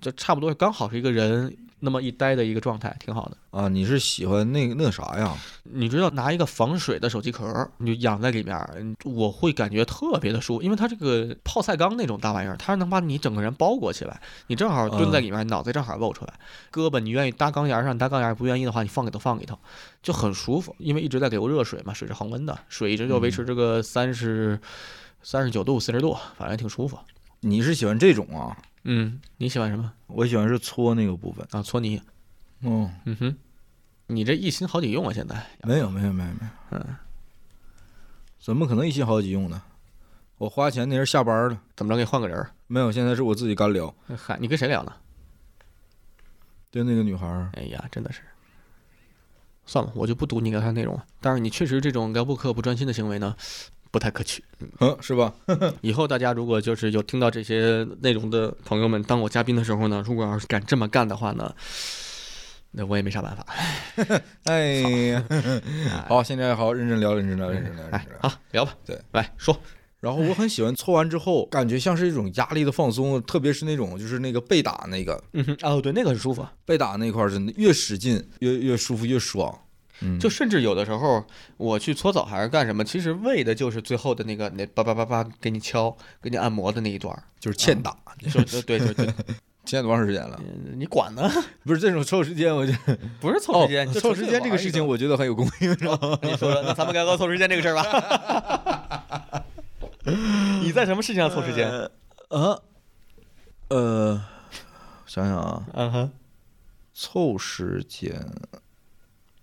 Speaker 1: 就差不多刚好是一个人那么一呆的一个状态，挺好的。
Speaker 2: 啊，你是喜欢那个那啥呀？
Speaker 1: 你知道拿一个防水的手机壳儿，你就养在里面儿，嗯我会感觉特别的舒服，因为它这个泡菜缸那种大玩意儿，它能把你整个人包裹起来，你正好蹲在里面，脑袋正好露出来，胳膊你愿意搭缸沿儿上搭缸沿儿，不愿意的话你放给它放里头，就很舒服，因为一直在流热水嘛，水是恒温的，水一直就维持这个三十三十九度四十度，反正挺舒服。
Speaker 2: 你是喜欢这种啊？
Speaker 1: 嗯，你喜欢什么
Speaker 2: 我喜欢是搓那个部分。
Speaker 1: 啊？搓泥。
Speaker 2: 嗯，
Speaker 1: 嗯哼，你这一心好几用啊，现在。
Speaker 2: 没有没有没有没有，
Speaker 1: 嗯，
Speaker 2: 怎么可能一心好几用呢？我花钱那人下班了，
Speaker 1: 怎么着给你换个人儿？
Speaker 2: 没有，现在是我自己干聊，
Speaker 1: 嗨，你跟谁聊呢？
Speaker 2: 就那个女孩儿，
Speaker 1: 哎呀，真的是。算了，我就不读你聊天内容了。但是你确实这种聊播客不专心的行为呢，不太可取。
Speaker 2: 嗯，是吧？
Speaker 1: 以后大家如果就是有听到这些内容的朋友们，当我嘉宾的时候呢，如果要是敢这么干的话呢，那我也没啥办法。
Speaker 2: 哎呀， 好，现在好好认真聊，认真聊，认真聊，认
Speaker 1: 哎
Speaker 2: 真聊。，
Speaker 1: 好，聊吧。
Speaker 2: 对，
Speaker 1: 来说，
Speaker 2: 然后我很喜欢搓完之后，感觉像是一种压力的放松，特别是那种就是那个被打那个
Speaker 1: 嗯哼，哦，对，那个很舒服。
Speaker 2: 被打那块儿，真的越使劲越越舒服越爽。嗯，
Speaker 1: 就甚至有的时候我去搓澡还是干什么，其实为的就是最后的那个那叭叭叭叭给你敲、给你按摩的那一段 儿。
Speaker 2: 就是欠打，
Speaker 1: 就是对对对，
Speaker 2: 啊
Speaker 1: 嗯
Speaker 2: 欠多长时间了？
Speaker 1: 你管呢？
Speaker 2: 不是这种凑时间，我就
Speaker 1: 不是凑时间，
Speaker 2: 哦
Speaker 1: 就
Speaker 2: 凑
Speaker 1: 纯
Speaker 2: 时
Speaker 1: 粹
Speaker 2: 间这
Speaker 1: 玩
Speaker 2: 个
Speaker 1: 一
Speaker 2: 事
Speaker 1: 段
Speaker 2: 情，我觉得很有公平，知道吗？
Speaker 1: 你说说，那咱们该聊凑时间这个事儿吧。 你在什么事情上凑时间？
Speaker 2: 啊，呃，想想啊，
Speaker 1: 嗯哼，
Speaker 2: 凑时间。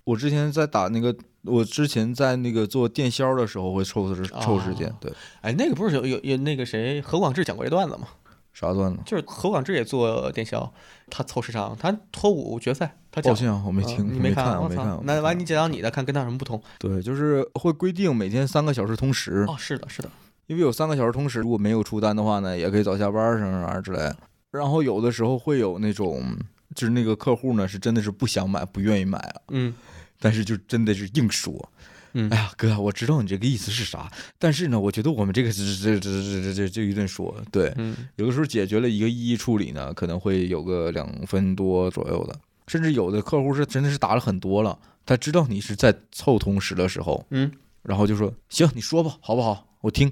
Speaker 2: 我之前在打那个，我之前在那个做电销的时候会凑时凑时间
Speaker 1: 哦，
Speaker 2: 对，
Speaker 1: 哎，那个不是有有有那个谁何广智讲过这段子吗？
Speaker 2: 啥段子？
Speaker 1: 就是何广智也做电销，他凑时长，他脱五决赛，他
Speaker 2: 抱
Speaker 1: 讲。
Speaker 2: 歉啊，我没
Speaker 1: 啊
Speaker 2: 听，
Speaker 1: 你
Speaker 2: 我没
Speaker 1: 看，
Speaker 2: 我
Speaker 1: 我
Speaker 2: 没
Speaker 1: 操
Speaker 2: 看。我没
Speaker 1: 那完，
Speaker 2: 看
Speaker 1: 你讲讲你的，看跟他有什么不同？
Speaker 2: 对，就是会规定每天三个小时通时，
Speaker 1: 哦，是的，是的，
Speaker 2: 因为有三个小时通时，如果没有出单的话呢，也可以早下班儿什么玩意儿之类的。然后有的时候会有那种，就是那个客户呢是真的是不想买，不愿意买啊，
Speaker 1: 嗯，
Speaker 2: 但是就真的是硬说。
Speaker 1: 嗯
Speaker 2: 哎呀，哥，我知道你这个意思是啥，但是呢，我觉得我们这个这这这这这这这一顿说，对，
Speaker 1: 嗯
Speaker 2: 有的时候解决了一个一一处理呢，可能会有个两分多左右的，甚至有的客户是真的是打了很多了，他知道你是在凑同时的时候，
Speaker 1: 嗯，
Speaker 2: 然后就说行，你说吧，好不好？我听。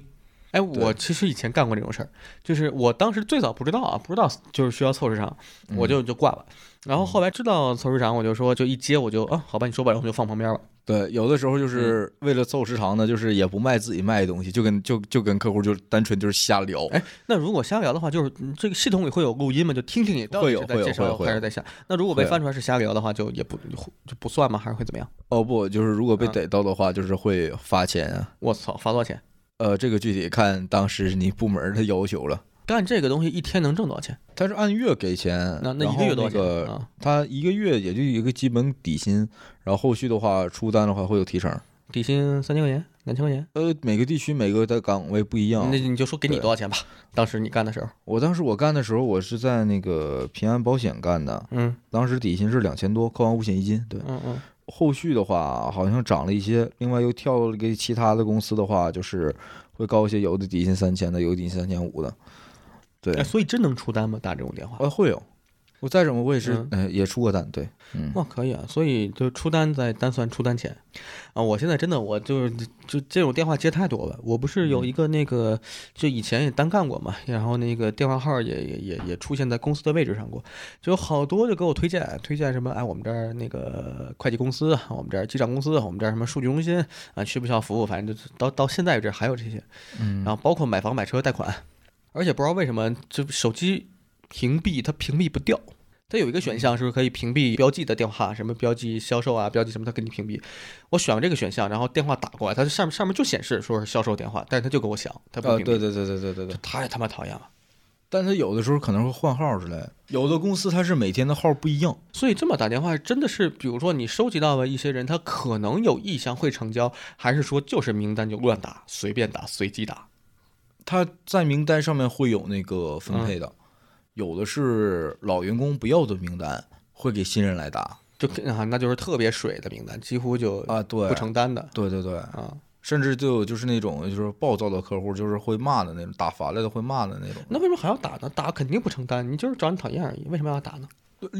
Speaker 1: 哎，我其实以前干过这种事儿，就是我当时最早不知道啊，不知道就是需要凑时长，
Speaker 2: 嗯
Speaker 1: 我就就挂了。然后后来知道凑时长，我就说就一接我就啊，好吧，你说吧，然后我就放旁边了。
Speaker 2: 对，有的时候就是
Speaker 1: 嗯
Speaker 2: 为了凑时长呢，就是也不卖自己卖的东西，就跟就就跟客户就单纯就是瞎聊。
Speaker 1: 哎，那如果瞎聊的话，就是嗯这个系统里会有录音吗？就听听你到
Speaker 2: 会
Speaker 1: 底
Speaker 2: 有
Speaker 1: 是在
Speaker 2: 会有
Speaker 1: 介
Speaker 2: 会
Speaker 1: 绍
Speaker 2: 有会
Speaker 1: 还是
Speaker 2: 有
Speaker 1: 在瞎。那如果被
Speaker 2: 会有
Speaker 1: 翻出来是瞎聊的话，就也不就不算吗？还是会怎么样？
Speaker 2: 哦不，就是如果被
Speaker 1: 嗯
Speaker 2: 逮到的话，就是会罚钱啊。
Speaker 1: 我操，罚多少钱？
Speaker 2: 呃，这个具体看当时你部门的要求了。
Speaker 1: 干这个东西一天能挣多少钱？
Speaker 2: 他是按月给钱，
Speaker 1: 那呃那
Speaker 2: 然
Speaker 1: 一个月
Speaker 2: 后
Speaker 1: 多少钱
Speaker 2: 个
Speaker 1: 啊？
Speaker 2: 他一个月也就一个基本底薪，然后后续的话出单的话会有提成。
Speaker 1: 底薪三千块钱，两千块钱。哦
Speaker 2: 呃，每个地区每个的岗位不一样
Speaker 1: 嗯那。你就说给你
Speaker 2: 对
Speaker 1: 多少钱吧。当时你干的时候，
Speaker 2: 我当时我干的时候，我是在那个平安保险干的，
Speaker 1: 嗯
Speaker 2: 当时底薪是两千多，扣完五险一金。对，
Speaker 1: 嗯嗯，
Speaker 2: 后续的话好像涨了一些，另外又跳了给其他的公司的话，就是会高一些，有的底薪三千的，有的底薪三千五的。对
Speaker 1: 哎，，所以真能出单吗？打这种电话？
Speaker 2: 呃，会有。我再怎么我也是
Speaker 1: 嗯，
Speaker 2: 呃，也出过单，对，嗯，
Speaker 1: 哇，可以啊，所以就出单在单算出单钱，啊，我现在真的我就是就这种电话接太多了，我不是有一个那个就以前也单干过嘛，然后那个电话号也也也也出现在公司的位置上过，就有好多就给我推荐推荐什么哎我们这儿那个会计公司，啊我们这儿记账公司，我们这儿什么数据中心啊需不需要服务，反正就到到现在这儿还有这些，
Speaker 2: 嗯
Speaker 1: 然后包括买房买车贷款，而且不知道为什么就手机。屏蔽，它屏蔽不掉。它有一个选项是可以屏蔽标记的电话，什么标记销售啊，标记什么，它给你屏蔽。我选了这个选项，然后电话打过来，它上上面就显示说是销售电话，但是它就给我响，它不
Speaker 2: 啊，
Speaker 1: 屏蔽。
Speaker 2: 对对对对对对对。
Speaker 1: 太他妈讨厌了。
Speaker 2: 但他有的时候可能会换号之类，有的公司它是每天的号不一样。
Speaker 1: 所以这么打电话真的是，比如说你收集到了一些人，他可能有意向会成交，还是说就是名单就乱打，随便打，随机打？
Speaker 2: 它在名单上面会有那个分配的，
Speaker 1: 嗯
Speaker 2: 有的是老员工不要的名单，会给新人来打
Speaker 1: 就啊，那就是特别水的名单，几乎就
Speaker 2: 啊，对，
Speaker 1: 不承担的
Speaker 2: 对对对，
Speaker 1: 啊。
Speaker 2: 甚至就有就是那种就是暴躁的客户，就是会骂的那种，打烦了的会骂的那种，
Speaker 1: 那为什么还要打呢？打肯定不承担，你就是找你讨厌而已，为什么要打呢？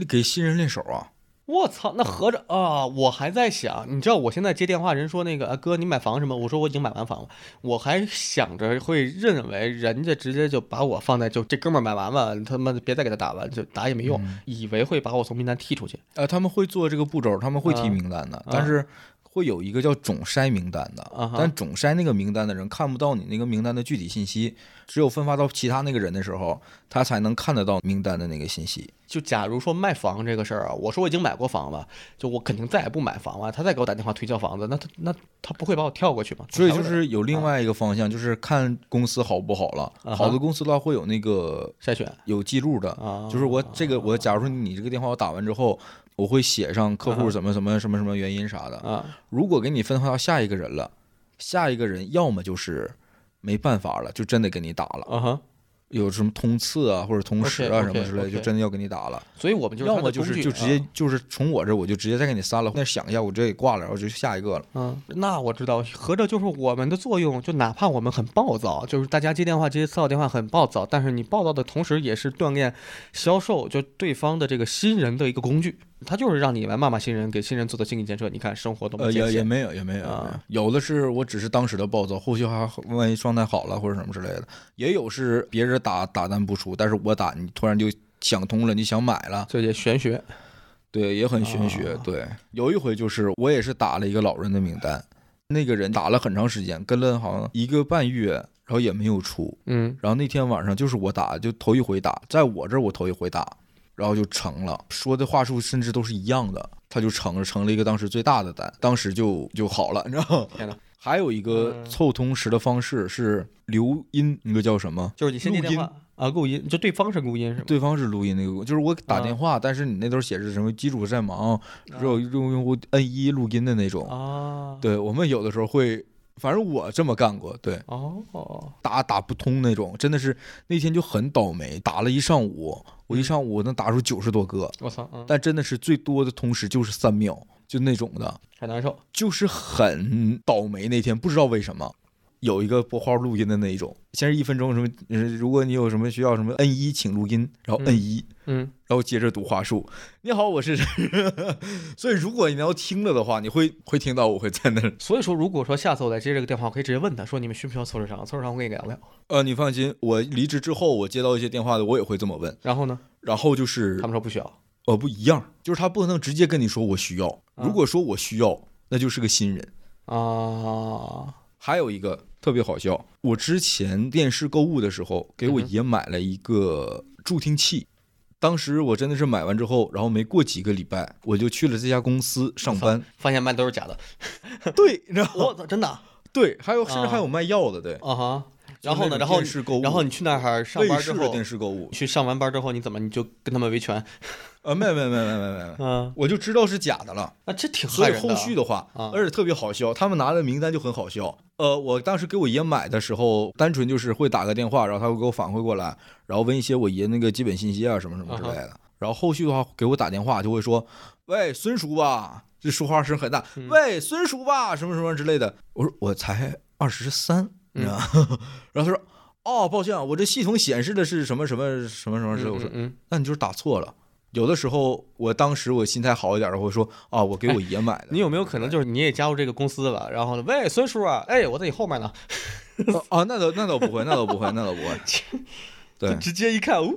Speaker 2: 给新人练手啊。
Speaker 1: 我操，那合着啊，我还在想，你知道我现在接电话，人说那个啊哥，你买房什么？我说我已经买完房了，我还想着会认为人家直接就把我放在就这哥们儿买完了，他妈的别再给他打了，就打也没用，以为会把我从名单剔出去。
Speaker 2: 呃，他们会做这个步骤，他们会提
Speaker 1: 啊
Speaker 2: 名单的，但是会有一个叫总筛名单的，
Speaker 1: 啊哈
Speaker 2: 但总筛那个名单的人看不到你那个名单的具体信息，只有分发到其他那个人的时候，他才能看得到名单的那个信息。
Speaker 1: 就假如说卖房这个事儿啊，我说我已经买过房了，就我肯定再也不买房了。他再给我打电话推销房子，那他那他不会把我跳过去吗？
Speaker 2: 所以就是有另外一个方向，就是看公司好不好了。
Speaker 1: 啊啊哈
Speaker 2: 好的公司的话会有那个
Speaker 1: 筛选
Speaker 2: 有记录的，
Speaker 1: 啊，
Speaker 2: 就是我这个我假如说你这个电话我打完之后，我会写上
Speaker 1: 嗯
Speaker 2: 客户什么什么什么什么原因啥的。
Speaker 1: 啊
Speaker 2: 如果给你分发到下一个人了，下一个人要么就是没办法了，就真得给你打了，
Speaker 1: 啊哈，
Speaker 2: 有什么通刺啊或者通识啊
Speaker 1: OK，OK，
Speaker 2: 什么之类的，
Speaker 1: OK
Speaker 2: 就真的要给你打了。
Speaker 1: 所以我们就是
Speaker 2: 要
Speaker 1: 他的
Speaker 2: 么就
Speaker 1: 工
Speaker 2: 是
Speaker 1: 具
Speaker 2: 就直接
Speaker 1: 啊
Speaker 2: 就是从我这儿我就直接再给你删了，那想一下我直接给挂了，然后就下一个了。
Speaker 1: 嗯，那我知道，合着就是我们的作用，就哪怕我们很暴躁，就是大家接电话、接骚扰电话很暴躁，但是你暴躁的同时，也是锻炼销售，就对方的这个新人的一个工具，它就是让你来骂骂新人，给新人做的心理建设。你看生活多么
Speaker 2: 呃，
Speaker 1: 艰
Speaker 2: 也也
Speaker 1: 险，
Speaker 2: 没有，也没有，也没
Speaker 1: 啊
Speaker 2: 有有的是我只是当时的暴躁，后续还好万一状态好了或者什么之类的，也有是别人打打单不出，但是我打你突然就想通了，你想买了，
Speaker 1: 这也玄学。
Speaker 2: 对，也很玄学。
Speaker 1: 啊
Speaker 2: 对，有一回就是我也是打了一个老人的名单，那个人打了很长时间，跟了好像一个半月，然后也没有出。
Speaker 1: 嗯，
Speaker 2: 然后那天晚上就是我打，就头一回打，在我这儿我头一回打，然后就成了，说的话术甚至都是一样的，他就成了，成了一个当时最大的单，当时就就好了，你知道吗？
Speaker 1: 天哪，
Speaker 2: 还有一个
Speaker 1: 嗯
Speaker 2: 凑通识的方式是留音，那个叫什么？
Speaker 1: 就是你先接
Speaker 2: 录
Speaker 1: 电话啊，录音，就对方是录音是吗？
Speaker 2: 对方是录音那个，就是我
Speaker 1: 嗯
Speaker 2: 打电话，但是你那头写着什么机主在忙，只有用用户摁一录音的那种。
Speaker 1: 啊，
Speaker 2: 对我们有的时候会，反正我这么干过，对，
Speaker 1: 哦，
Speaker 2: 打打不通那种，真的是那天就很倒霉，打了一上午，
Speaker 1: 嗯
Speaker 2: 我一上午能打出九十多个，
Speaker 1: 我操，嗯，
Speaker 2: 但真的是最多的同时就是三秒，就那种的，
Speaker 1: 很难受。
Speaker 2: 就是很倒霉。那天不知道为什么。有一个拨号录音的那一种，先是一分钟什么，呃如果你有什么需要什么摁一请录音，然后
Speaker 1: 嗯
Speaker 2: 摁一、
Speaker 1: 嗯，
Speaker 2: 然后接着读话术。你好，我是。 所以如果你要听了的话，你会会听到我会在那儿。
Speaker 1: 所以说，如果说下次我再接这个电话，我可以直接问他说你们需不需要凑智商？凑智商我给你聊聊。
Speaker 2: 呃，你放心，我离职之后，我接到一些电话的，我也会这么问。
Speaker 1: 然后呢，
Speaker 2: 然后就
Speaker 1: 他
Speaker 2: 是
Speaker 1: 们说不需要。
Speaker 2: 呃不一样，就是他不可能直接跟你说我需要。
Speaker 1: 啊
Speaker 2: 如果说我需要，那就是个新人。
Speaker 1: 啊，
Speaker 2: 还有一个特别好笑，我之前电视购物的时候，给我
Speaker 1: 嗯哼
Speaker 2: 爷买了一个助听器。当时我真的是买完之后，然后没过几个礼拜，我就去了这家公司上 班。
Speaker 1: 发现卖的都是假的，
Speaker 2: 对，你知道吗
Speaker 1: 我操，真的啊
Speaker 2: 对，还有甚至
Speaker 1: 啊
Speaker 2: 还有卖药的，对。
Speaker 1: 哈。
Speaker 2: 就
Speaker 1: 然后呢，
Speaker 2: 那
Speaker 1: 然
Speaker 2: 种
Speaker 1: 后
Speaker 2: 电视购物
Speaker 1: 然后你去那儿上
Speaker 2: 卫
Speaker 1: 班之
Speaker 2: 视的
Speaker 1: 后，
Speaker 2: 电视购物，
Speaker 1: 去上完班之后，你怎么你就跟他们维权？
Speaker 2: 呃，没有没有没有没有没有没有，
Speaker 1: 嗯，
Speaker 2: 我就知道是假的了。
Speaker 1: 那这挺
Speaker 2: 所
Speaker 1: 害
Speaker 2: 以
Speaker 1: 人的
Speaker 2: 后
Speaker 1: 啊。
Speaker 2: 续的话
Speaker 1: 啊，
Speaker 2: 而且特别好笑，他们拿的名单就很好笑。呃，我当时给我爷买的时候，单纯就是会打个电话，然后他会给我反馈过来，然后问一些我爷那个基本信息啊什么什么之类的。然后后续的话给我打电话就会说，喂，孙叔吧，这说话声很大，
Speaker 1: 嗯
Speaker 2: 喂，孙叔吧，什么什么之类的。我说我才二十三，你
Speaker 1: 嗯
Speaker 2: 知道吗？ 然后他说，哦，抱歉啊，我这系统显示的是什么什么什么什么之类的。我说
Speaker 1: 嗯，嗯，
Speaker 2: 那你就是打错了。有的时候，我当时我心态好一点的，我会说啊，我给我爷买的。
Speaker 1: 哎你有没有可能就是你也加入这个公司了？然后呢，喂，孙叔啊，哎，我在你后面呢。
Speaker 2: 啊？那倒那倒不会，那倒不会，那倒不会。对
Speaker 1: 直接一看，哦，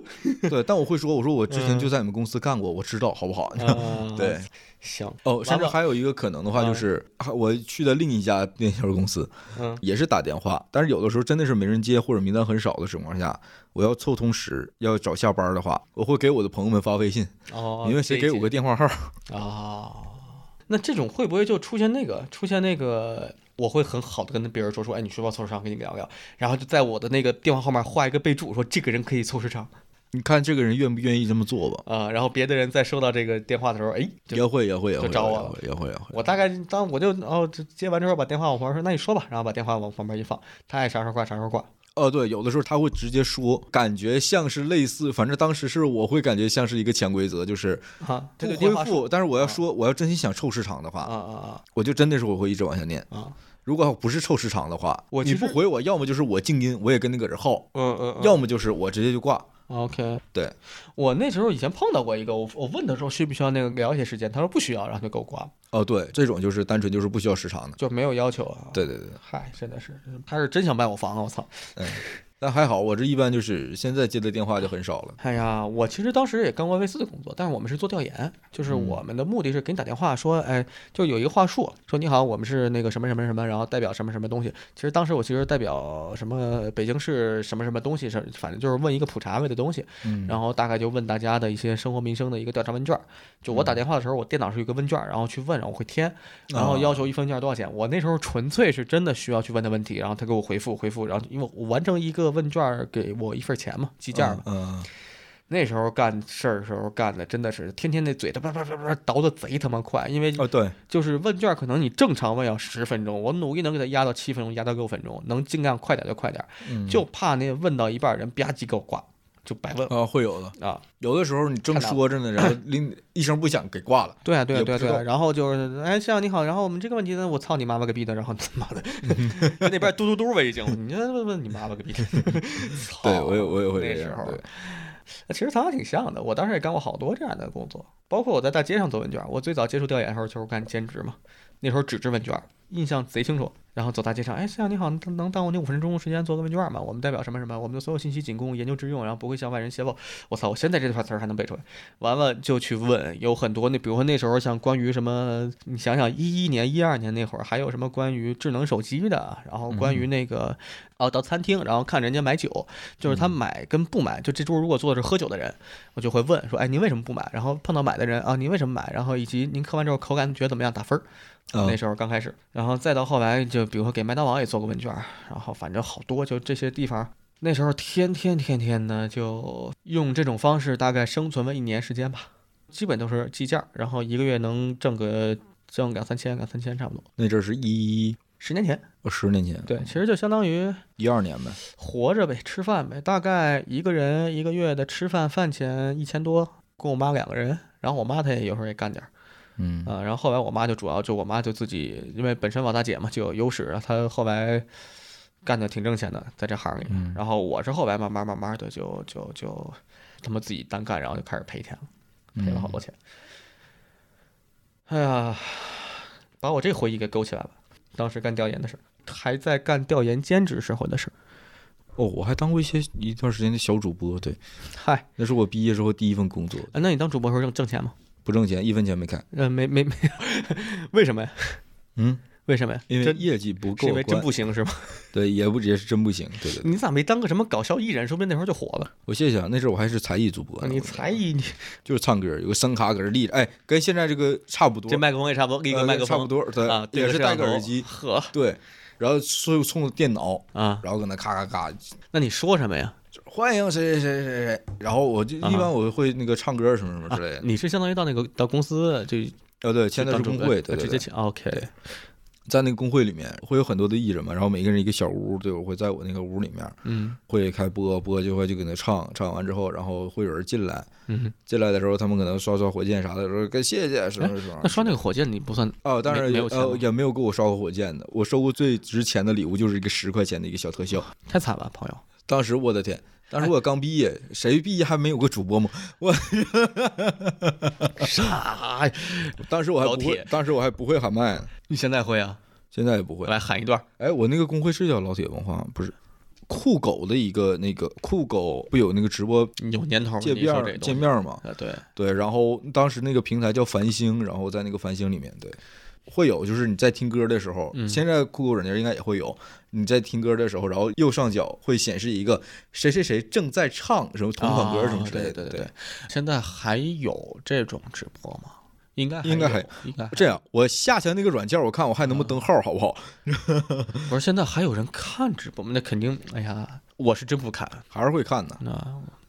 Speaker 2: 对，但我会说，我说我之
Speaker 1: 嗯
Speaker 2: 前就在你们公司干过，我知道，好不好？
Speaker 1: 啊
Speaker 2: 对，
Speaker 1: 行，
Speaker 2: 哦，甚
Speaker 1: 完
Speaker 2: 至
Speaker 1: 了
Speaker 2: 还有一个可能的话，
Speaker 1: 啊
Speaker 2: 就是啊我去的另一家电销公司，
Speaker 1: 嗯
Speaker 2: 也是打电话，但是有的时候真的是没人接或者名单很少的情况下，我要凑通时，要找下班的话，我会给我的朋友们发微信，
Speaker 1: 哦，
Speaker 2: 你们谁给我个电话号？
Speaker 1: 哦，那这种会不会就出现那个出现那个？我会很好的跟别人说说，哎，你去不去凑时长，跟你聊聊，然后就在我的那个电话号码画一个备注，说这个人可以凑时长
Speaker 2: 你看这个人愿不愿意这么做吧？
Speaker 1: 啊、然后别的人在收到这个电话的时候，哎，就
Speaker 2: 也会，也会，也会，
Speaker 1: 就找我了
Speaker 2: 也会，也会，也会。
Speaker 1: 我大概当我就哦就接完之后把电话往旁边说，那你说吧，然后把电话往旁边一放，他爱啥时候挂啥时候挂，
Speaker 2: 哦，对，有的时候他会直接说，感觉像是类似，反正当时是我会感觉像是一个潜规则，就是
Speaker 1: 啊，
Speaker 2: 不
Speaker 1: 这个
Speaker 2: 恢
Speaker 1: 电话
Speaker 2: 复。但是我要
Speaker 1: 啊
Speaker 2: 说，我要真心想臭市场的
Speaker 1: 啊
Speaker 2: 话，
Speaker 1: 啊
Speaker 2: 我就真的是我会一直往下念。
Speaker 1: 啊啊，
Speaker 2: 如果不是臭市场的话，
Speaker 1: 我
Speaker 2: 你
Speaker 1: 其实
Speaker 2: 不回我，要么就是我静音，我也跟那个人耗，
Speaker 1: 嗯嗯，
Speaker 2: 要么就是我直接就挂。
Speaker 1: 哦 OK，
Speaker 2: 对，
Speaker 1: 我那时候以前碰到过一个，我我问他说需不需要那个聊一些时间，他说不需要，然后就给我挂了，
Speaker 2: 哦，对，这种就是单纯就是不需要时长的。
Speaker 1: 就没有要求啊。
Speaker 2: 对对对，
Speaker 1: 嗨，真的是，嗯他是真想卖我房啊！我操！
Speaker 2: 但还好，我这一般就是现在接的电话就很少了。
Speaker 1: 哎呀，我其实当时也干过类似的工作，但是我们是做调研，就是我们的目的是给你打电话说，哎，就有一个话术，说你好，我们是那个什么什么什么，然后代表什么什么东西。其实当时我其实代表什么北京市什么什么东西，是反正就是问一个普查类的东西，
Speaker 2: 嗯，
Speaker 1: 然后大概就问大家的一些生活民生的一个调查问卷儿。就
Speaker 2: 嗯
Speaker 1: 我打电话的时候，我电脑是有一个问卷儿，然后去问，然后我会填，然
Speaker 2: 啊
Speaker 1: 后要求一份卷儿多少钱。我那时候纯粹是真的需要去问他问题，然后他给我回复回复，然后因为我完成一个问卷儿给我一份钱嘛，计件儿嘛。
Speaker 2: 嗯，
Speaker 1: 那时候干事儿的时候干的真的是天天那嘴他叭叭叭叭倒的贼他妈快，因为
Speaker 2: 嗯，哦，对，
Speaker 1: 就是问卷儿可能你正常问要十分钟，我努力能给他压到七分钟，压到六分钟，能尽量快点儿就快点儿，
Speaker 2: 嗯
Speaker 1: 就怕那问到一半儿人吧唧给我挂，就白问
Speaker 2: 啊，会有的。
Speaker 1: 啊。
Speaker 2: 有的时候你正说着呢，然后铃一声不响给挂了。
Speaker 1: 对啊，对啊，
Speaker 2: 也
Speaker 1: 对啊，
Speaker 2: 不
Speaker 1: 对
Speaker 2: 知
Speaker 1: 啊。
Speaker 2: 道
Speaker 1: 然后就是，哎，先生你好，然后我们这个问题呢，我操你妈妈个逼的，然后 他妈的那边嘟嘟嘟吧已经，你这问问你妈妈个逼的，操！
Speaker 2: 对，我也我也会
Speaker 1: 那
Speaker 2: 这
Speaker 1: 时
Speaker 2: 样。
Speaker 1: 候哎
Speaker 2: 对，
Speaker 1: 其实咱俩挺像的，我当时也干过好多这样的工作，包括我在大街上做问卷。我最早接触调研的时候就是干兼职嘛，那时候纸质问卷，印象贼清楚。然后走大街上，哎，先生你好，能能耽误你五分钟时间做个问卷吗？我们代表什么什么，我们的所有信息仅供研究之用，然后不会向外人泄露。我操，我现在这段词儿还能背出来。完了就去问，有很多那，比如说那时候像关于什么，你想想一一年、一二年那会儿，还有什么关于智能手机的，然后关于那个、哦到餐厅，然后看人家买酒，就是他买跟不买，就这桌如果坐的是喝酒的人，我就会问说，哎，您为什么不买？然后碰到买的人啊，您为什么买？然后以及您喝完之后口感觉得怎么样，打分儿。
Speaker 2: 嗯
Speaker 1: 那时候刚开始，然后再到后来，就比如说给麦当劳也做过问卷儿，然后反正好多就这些地方。那时候天天天天呢，就用这种方式大概生存了一年时间吧，基本都是计件儿，然后一个月能挣个挣两三千，两三千差不多。
Speaker 2: 那阵儿是一
Speaker 1: 十年前，
Speaker 2: 哦十年前，
Speaker 1: 对，其实就相当于
Speaker 2: 一二年呗。
Speaker 1: 活着呗，吃饭呗，大概一个人一个月的吃饭饭钱一千多，跟我妈两个人，然后我妈她也有时候也干点儿
Speaker 2: 嗯
Speaker 1: 啊、然后后来我妈就主要就我妈就自己，因为本身王大姐嘛就有优势，然后她后来干的挺挣钱的，在这行里，
Speaker 2: 嗯
Speaker 1: 然后我是后来慢慢慢慢的就就就他妈自己单干，然后就开始赔钱了。
Speaker 2: 嗯
Speaker 1: 赔了好多钱。哎呀，把我这回忆给勾起来了。当时干调研的事儿，还在干调研兼职时候的事儿。
Speaker 2: 哦，我还当过一些一段时间的小主播，对，
Speaker 1: 嗨，
Speaker 2: 那是我毕业之后第一份工作，
Speaker 1: 啊那你当主播时候挣挣钱吗？
Speaker 2: 不挣钱，一分钱没开。
Speaker 1: 呃，没没没， 为什么呀？
Speaker 2: 嗯，
Speaker 1: 为什么呀？
Speaker 2: 因为
Speaker 1: 真
Speaker 2: 业绩不
Speaker 1: 是
Speaker 2: 够
Speaker 1: 因为真
Speaker 2: 关，
Speaker 1: 不嗯行是吗？
Speaker 2: 对，也不也是真不行。对对对，
Speaker 1: 你咋没当个什么搞笑艺人？说不定那时候就火了。
Speaker 2: 我谢谢啊，那时候我还是才艺主播
Speaker 1: 哦
Speaker 2: 呢，啊
Speaker 1: 你
Speaker 2: 我
Speaker 1: 才艺，你
Speaker 2: 就是唱歌，有个声卡搁这立着，哎，跟现在这个差不多，
Speaker 1: 这麦克风也差不多，给你个
Speaker 2: 呃
Speaker 1: 麦克
Speaker 2: 差不
Speaker 1: 风
Speaker 2: 多，对，
Speaker 1: 啊，对
Speaker 2: 也是
Speaker 1: 摄像
Speaker 2: 戴个
Speaker 1: 头
Speaker 2: 耳机，
Speaker 1: 呵
Speaker 2: 对，然后冲冲着电脑，
Speaker 1: 啊。
Speaker 2: 然后搁那咔咔咔，
Speaker 1: 那你说什么呀？
Speaker 2: 欢迎谁谁谁谁谁，然后我就一
Speaker 1: 啊哈
Speaker 2: 般我会那个唱歌什么什么之类
Speaker 1: 啊
Speaker 2: 的，
Speaker 1: 你是相当于到那个到公司就
Speaker 2: 哦对，现在是工会，对对
Speaker 1: 呃直
Speaker 2: 对
Speaker 1: 接，请啊 OK
Speaker 2: 对在那个工会里面会有很多的艺人嘛，然后每个人一个小屋，对，我会在我那个屋里面
Speaker 1: 嗯
Speaker 2: 会开播，播就会就搁那唱，唱完之后，然后会有人进来，
Speaker 1: 嗯。
Speaker 2: 进来的时候他们可能刷刷火箭啥的，说该谢谢什么什么
Speaker 1: 哎那。刷那个火箭你不算
Speaker 2: 哦，当然
Speaker 1: 没没有钱
Speaker 2: 呃
Speaker 1: 吗
Speaker 2: 也没有给我刷过火箭的，我收过最值钱的礼物就是一个十块钱的一个小特效，
Speaker 1: 太惨了，朋友。
Speaker 2: 当时我的天，当时我刚毕业，谁毕业还没有个主播吗？
Speaker 1: 啥呀？
Speaker 2: 当时我还
Speaker 1: 老
Speaker 2: 不会
Speaker 1: 铁，
Speaker 2: 当时我还不会喊麦呢，
Speaker 1: 你现在会啊？
Speaker 2: 现在也不会
Speaker 1: 我。来喊一段。
Speaker 2: 哎，我那个工会是叫老铁文化吗不是？酷狗的一个那个酷狗不有那个直播
Speaker 1: 有年头吗
Speaker 2: 界
Speaker 1: 你
Speaker 2: 面
Speaker 1: 说这
Speaker 2: 儿
Speaker 1: 东
Speaker 2: 界
Speaker 1: 西
Speaker 2: 面儿嘛？
Speaker 1: 啊，对，
Speaker 2: 对，然后当时那个平台叫繁星，然后在那个繁星里面，对，会有就是你在听歌的时候，
Speaker 1: 嗯
Speaker 2: 现在酷狗软件应该也会有，你在听歌的时候，然后右上角会显示一个谁谁谁正在唱什么同款歌
Speaker 1: 啊
Speaker 2: 什么之
Speaker 1: 对
Speaker 2: 类的，
Speaker 1: 对
Speaker 2: 对
Speaker 1: 对。现在还有这种直播吗？应该
Speaker 2: 应该还
Speaker 1: 还有应该还
Speaker 2: 这样，我下下那个软件，我看我还能不能登号，好不好？
Speaker 1: 不是现在还有人看直播吗？那肯定，哎呀，我是真不看
Speaker 2: 还是会看的，
Speaker 1: 那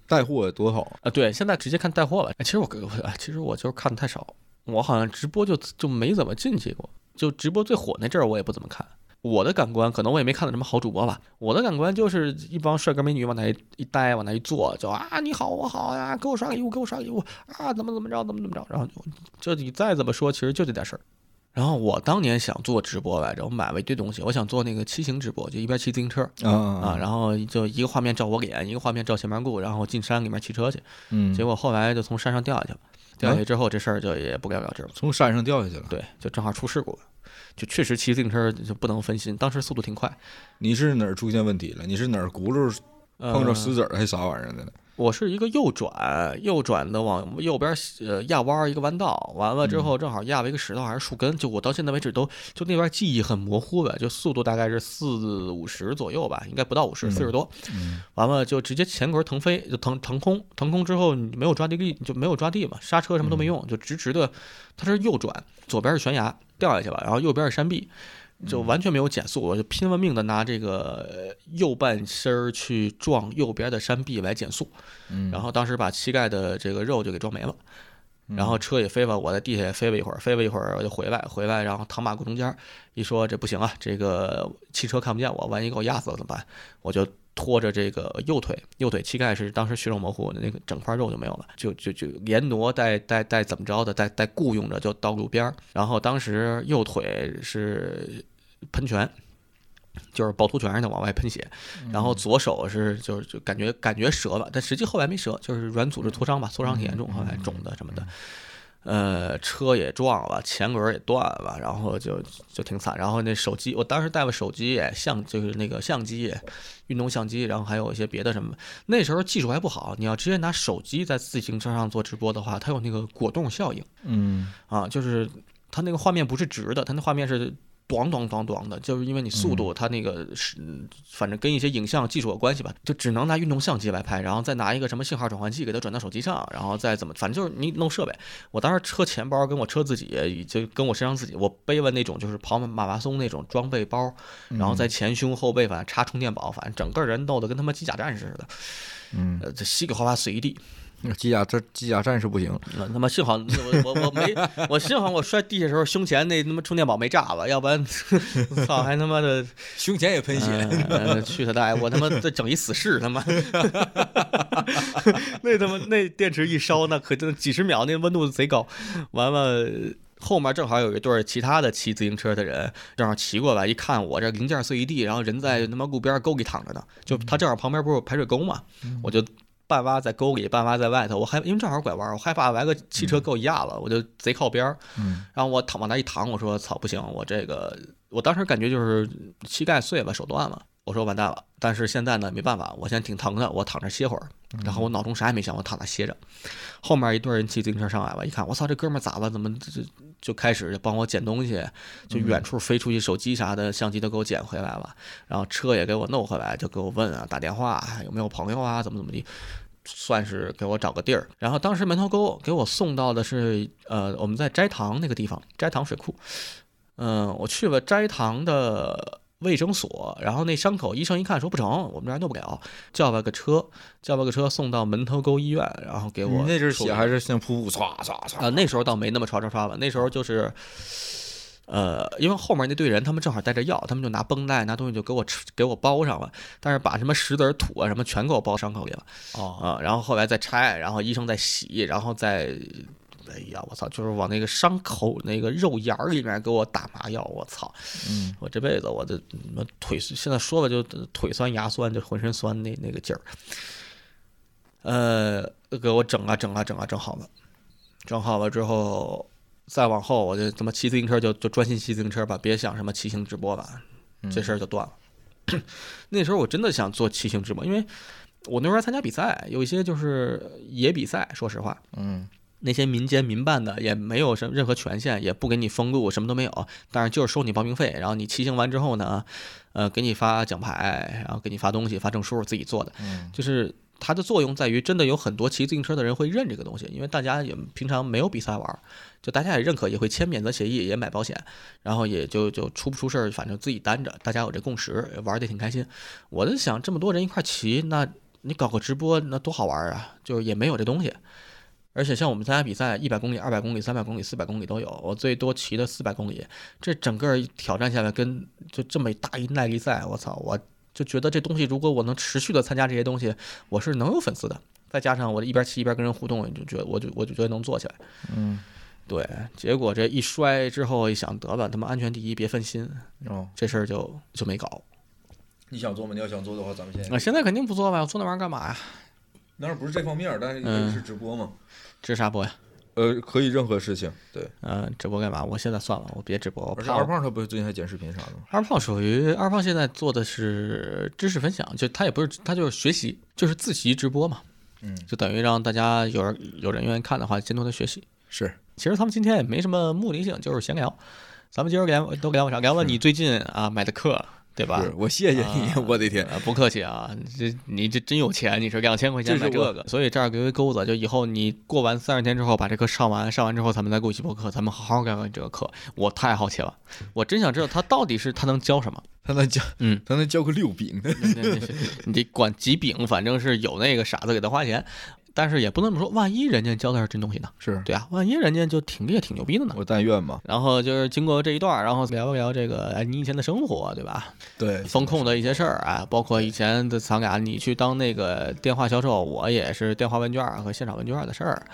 Speaker 2: 带货多好啊！
Speaker 1: 啊，对，现在直接看带货了。哎，其实我我哎，其实我就是看的太少，我好像直播就就没怎么进去过。就直播最火那阵儿，我也不怎么看。我的感官可能我也没看到什么好主播吧，我的感官就是一帮帅哥美女往那一一待，往那一坐，就啊你好我好呀、给我刷礼物给我刷礼物啊怎么怎么着怎么怎么着，然后就就你再怎么说，其实就这点事儿。然后我当年想做直播来着，我买了一堆东西，我想做那个骑行直播，就一边骑自行车
Speaker 2: 嗯
Speaker 1: 啊，然后就一个画面照我脸，一个画面照前面顾，然后进山里面骑车去。
Speaker 2: 嗯，哎
Speaker 1: 结果后来就从山上掉下去了，掉下去之后这事儿就也不了了之了。
Speaker 2: 从山上掉下去了。
Speaker 1: 对，就正好出事故了，就确实骑自行车就不能分心，当时速度挺快，
Speaker 2: 你是哪儿出现问题了？你是哪儿轱辘
Speaker 1: 呃
Speaker 2: 碰着石子儿还是啥玩意儿的了？
Speaker 1: 我是一个右转，右转的往右边呃压弯儿一个弯道，完了
Speaker 2: 嗯
Speaker 1: 之后正好压了一个石头还是树根，就我到现在为止都就那边记忆很模糊呗，就速度大概是四五十左右吧，应该不到五
Speaker 2: 嗯
Speaker 1: 十，四十多，完了就直接前轮腾飞，就腾腾空，腾空之后你没有抓地力，就没有抓地嘛，刹车什么都没用，就直直的，它是右转，左边是悬崖掉下去了，然后右边是山壁。就完全没有减速，我就拼了命的拿这个呃右半身儿去撞右边的山壁来减速，
Speaker 2: 嗯
Speaker 1: 然后当时把膝盖的这个肉就给撞没了，然后车也飞吧，我在地下也飞了一会儿，飞了一会儿我就回来，回来然后躺马路中间儿，一说这不行啊，这个汽车看不见我，万一给我压死了怎么办？我就拖着这个右腿，右腿膝盖是当时血肉模糊，那个整块肉就没有了，就就就连挪带带带怎么着的，带带雇佣着就到路边儿，然后当时右腿是喷泉。就是趵突泉似的往外喷血，然后左手是就是就感觉感觉折了，但实际后来没折，就是软组织挫伤吧，挫伤挺严重，后来肿的什么的。呃，车也撞了，前轮也断了，然后就就挺惨。然后那手机，我当时带了手机也相，就是那个相机也，运动相机，然后还有一些别的什么。那时候技术还不好，你要直接拿手机在自行车上做直播的话，它有那个果冻效应。
Speaker 2: 嗯
Speaker 1: 啊，就是它那个画面不是直的，它那画面是咣咣咣咣的，就是因为你速度，它那个是嗯反正跟一些影像技术有关系吧，就只能拿运动相机来拍，然后再拿一个什么信号转换器给它转到手机上，然后再怎么，反正就是你弄设备。我当时车钱包跟我车自己，就跟我身上自己，我背了那种就是跑马拉松那种装备包，然后在前胸后背反正插充电宝，反正整个人弄得跟他妈机甲战士似的，
Speaker 2: 嗯，
Speaker 1: 呃，这稀里哗啦随地。
Speaker 2: 机甲战机甲战士不行，
Speaker 1: 我嗯他妈幸好我我我没我幸好我摔地下的时候胸前那他妈充电宝没炸了，要不然 操还他妈的
Speaker 2: 胸前也喷血。
Speaker 1: 呃去他大爷！我他妈再整一死士他妈， 那他妈那电池一烧那可真的几十秒那温度贼高，完了。后面正好有一对儿其他的骑自行车的人，正好骑过来一看我这零件碎一地，然后人在他妈路边沟里躺着呢，就他正好旁边不是有排水沟嘛，我就半挖在沟里，半挖在外头，我害因为正好拐弯儿，我害怕来个汽车给我压了，我就贼靠边儿，
Speaker 2: 嗯
Speaker 1: 然后我躺往那一躺，我说操不行，我这个我当时感觉就是膝盖碎了，手断了，我说完蛋了。但是现在呢，没办法，我现在挺疼的，我躺着歇会儿。然后我脑中啥也没想，我躺那歇着。后面一队人骑自行车上来了，一看我操，这哥们儿咋了？怎么这这就开始就帮我捡东西？就
Speaker 2: 嗯
Speaker 1: 远处飞出去手机啥的，相机都给我捡回来了，然后车也给我弄回来，就给我问啊，打电话啊有没有朋友啊，怎么怎么地。算是给我找个地儿。然后当时门头沟给我送到的是，呃，我们在斋堂那个地方，斋堂水库。嗯、我去了斋堂的卫生所，然后那伤口医生一看说不成，我们这儿弄不了，叫了个车，叫了个车送到门头沟医院，然后给
Speaker 2: 你
Speaker 1: 我
Speaker 2: 那阵
Speaker 1: 处
Speaker 2: 血
Speaker 1: 理
Speaker 2: 还是像噗噗唰唰
Speaker 1: 啊、
Speaker 2: 唰，
Speaker 1: 那时候倒没那么刷刷刷了，那时候就是，呃，因为后面那队人他们正好带着药，他们就拿绷带拿东西就给我吃给我包上了，但是把什么石子儿、土啊什么全给我包伤口里了
Speaker 2: 哦
Speaker 1: 啊、然后后来再拆，然后医生再洗，然后再。哎呀，我操！就是往那个伤口那个肉眼儿里面给我打麻药，我操！
Speaker 2: 嗯
Speaker 1: 我这辈子我的我腿现在说了就腿酸牙酸，就浑身酸那那个劲儿，呃，给我整啊整啊整啊整好了，整好了之后，再往后我就他妈骑自行车就就专心骑自行车吧，别想什么骑行直播吧，这事儿就断了。 那时候我真的想做骑行直播，因为我那时候还参加比赛，有一些就是野比赛，说实话，
Speaker 3: 嗯
Speaker 1: 那些民间民办的也没有什任何权限，也不给你封路，什么都没有，但是就是收你报名费，然后你骑行完之后呢，呃，给你发奖牌，然后给你发东西、发证书，自己做的，
Speaker 3: 嗯
Speaker 1: 就是它的作用在于，真的有很多骑自行车的人会认这个东西，因为大家也平常没有比赛玩儿，就大家也认可，也会签免责协议，也买保险，然后也就就出不出事儿，反正自己担着，大家有这共识，玩的挺开心。我在想，这么多人一块儿骑，那你搞个直播，那多好玩儿啊！就是也没有这东西。而且像我们参加比赛，一百公里、二百公里、三百公里、四百公里都有，我最多骑的四百公里，这整个挑战下来，跟就这么大一耐力赛，我操，我就觉得这东西如果我能持续的参加这些东西，我是能有粉丝的。再加上我一边骑一边跟人互动，就觉得我就我就觉得能做起来。
Speaker 3: 嗯
Speaker 1: 对，结果这一摔之后一想，得吧，他妈安全第一，别分心，
Speaker 3: 哦，
Speaker 1: 这事儿就就没搞。
Speaker 2: 你想做吗？你要想做的话，咱们现
Speaker 1: 啊，现在肯定不做吧，我做那玩意儿干嘛呀？
Speaker 2: 当然不是这方面儿，但是
Speaker 1: 嗯
Speaker 2: 也是直播嘛。
Speaker 1: 直杀播呀？
Speaker 2: 呃，可以任何事情，对。
Speaker 1: 嗯、直播干嘛？我现在算了，我别直播，我
Speaker 2: 而且
Speaker 1: 怕
Speaker 2: 二
Speaker 1: 我。
Speaker 2: 胖他不是最近还剪视频啥的吗？
Speaker 1: 二胖属于二胖，现在做的是知识分享，就他也不是他就是学习，就是自习直播嘛，
Speaker 2: 嗯，
Speaker 1: 就等于让大家有人有人愿意看的话，监督他学习。
Speaker 2: 是
Speaker 1: 其实咱们今天也没什么目的性，就是闲聊。咱们今儿聊都聊啥？聊了你最近啊买的课，对吧？
Speaker 2: 是，我谢谢你，
Speaker 1: 啊
Speaker 2: 我的天，
Speaker 1: 啊，不客气啊，这你这真有钱，你是两千块钱
Speaker 2: 这是
Speaker 1: 买这
Speaker 2: 我
Speaker 1: 个，所以这儿给个钩子，就以后你过完三十天之后把这课上完，上完之后咱们再过去播课，咱们好好聊聊你这个课，我太好奇了，我真想知道他到底是他能教什么。
Speaker 2: 他能教，
Speaker 1: 嗯，
Speaker 2: 他能教个六饼的，
Speaker 1: 那那是你得管几饼，反正是有那个傻子给他花钱，但是也不能这么说，万一人家教的是真东西呢？
Speaker 2: 是
Speaker 1: 对啊，万一人家就挺厉害、挺牛逼的呢。
Speaker 2: 我但愿嘛，
Speaker 1: 然后就是经过这一段儿，然后聊一聊这个哎你以前的生活，对吧？
Speaker 2: 对，
Speaker 1: 风控的一些事儿啊，包括以前的咱俩你去当那个电话销售，我也是电话问卷儿和现场问卷儿的事儿，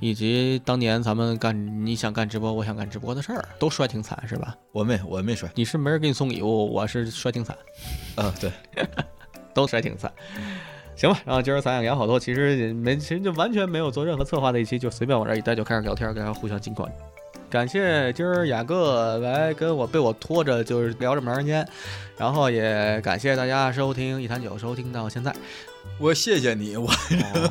Speaker 1: 以及当年咱们干你想干直播，我想干直播的事儿，都摔挺惨是吧？
Speaker 2: 我没我没摔
Speaker 1: 你是没人给你送礼物，我是摔挺惨，
Speaker 2: 啊，对，
Speaker 1: 都摔挺惨。行吧，然后今儿咱俩聊好多，其实也没，其实就完全没有做任何策划的一期，就随便往这儿一待就开始聊天，跟大家互相近况。感谢今儿雅各来跟我被我拖着，就是聊这么长时间，然后也感谢大家收听一坛酒，收听到现在。
Speaker 2: 我谢谢你，我
Speaker 1: 哦，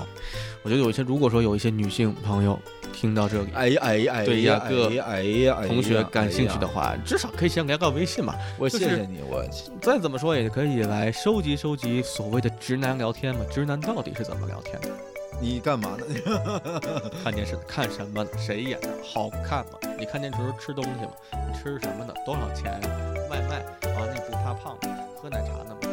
Speaker 1: 我觉得有一些，如果说有一些女性朋友听到这里，
Speaker 2: 哎呀哎呀哎呀
Speaker 1: 对呀
Speaker 2: 哎
Speaker 1: 各
Speaker 2: 呀哎呀，哎
Speaker 1: 同学
Speaker 2: 呀
Speaker 1: 感兴趣，的
Speaker 2: 哎呀
Speaker 1: 话，至少可以先来个微信嘛。
Speaker 2: 我
Speaker 1: 就
Speaker 2: 谢
Speaker 1: 是
Speaker 2: 谢你，我
Speaker 1: 再怎么说，也可以来收集收集所谓的直男聊天嘛。直男到底是怎么聊天的？
Speaker 2: 你干嘛呢？
Speaker 1: 看电视看什么呢？谁演的？好看吗？你看电视时候啊吃东西吗？你吃什么呢？多少钱？外卖？完了你不怕胖吗？喝奶茶呢吗？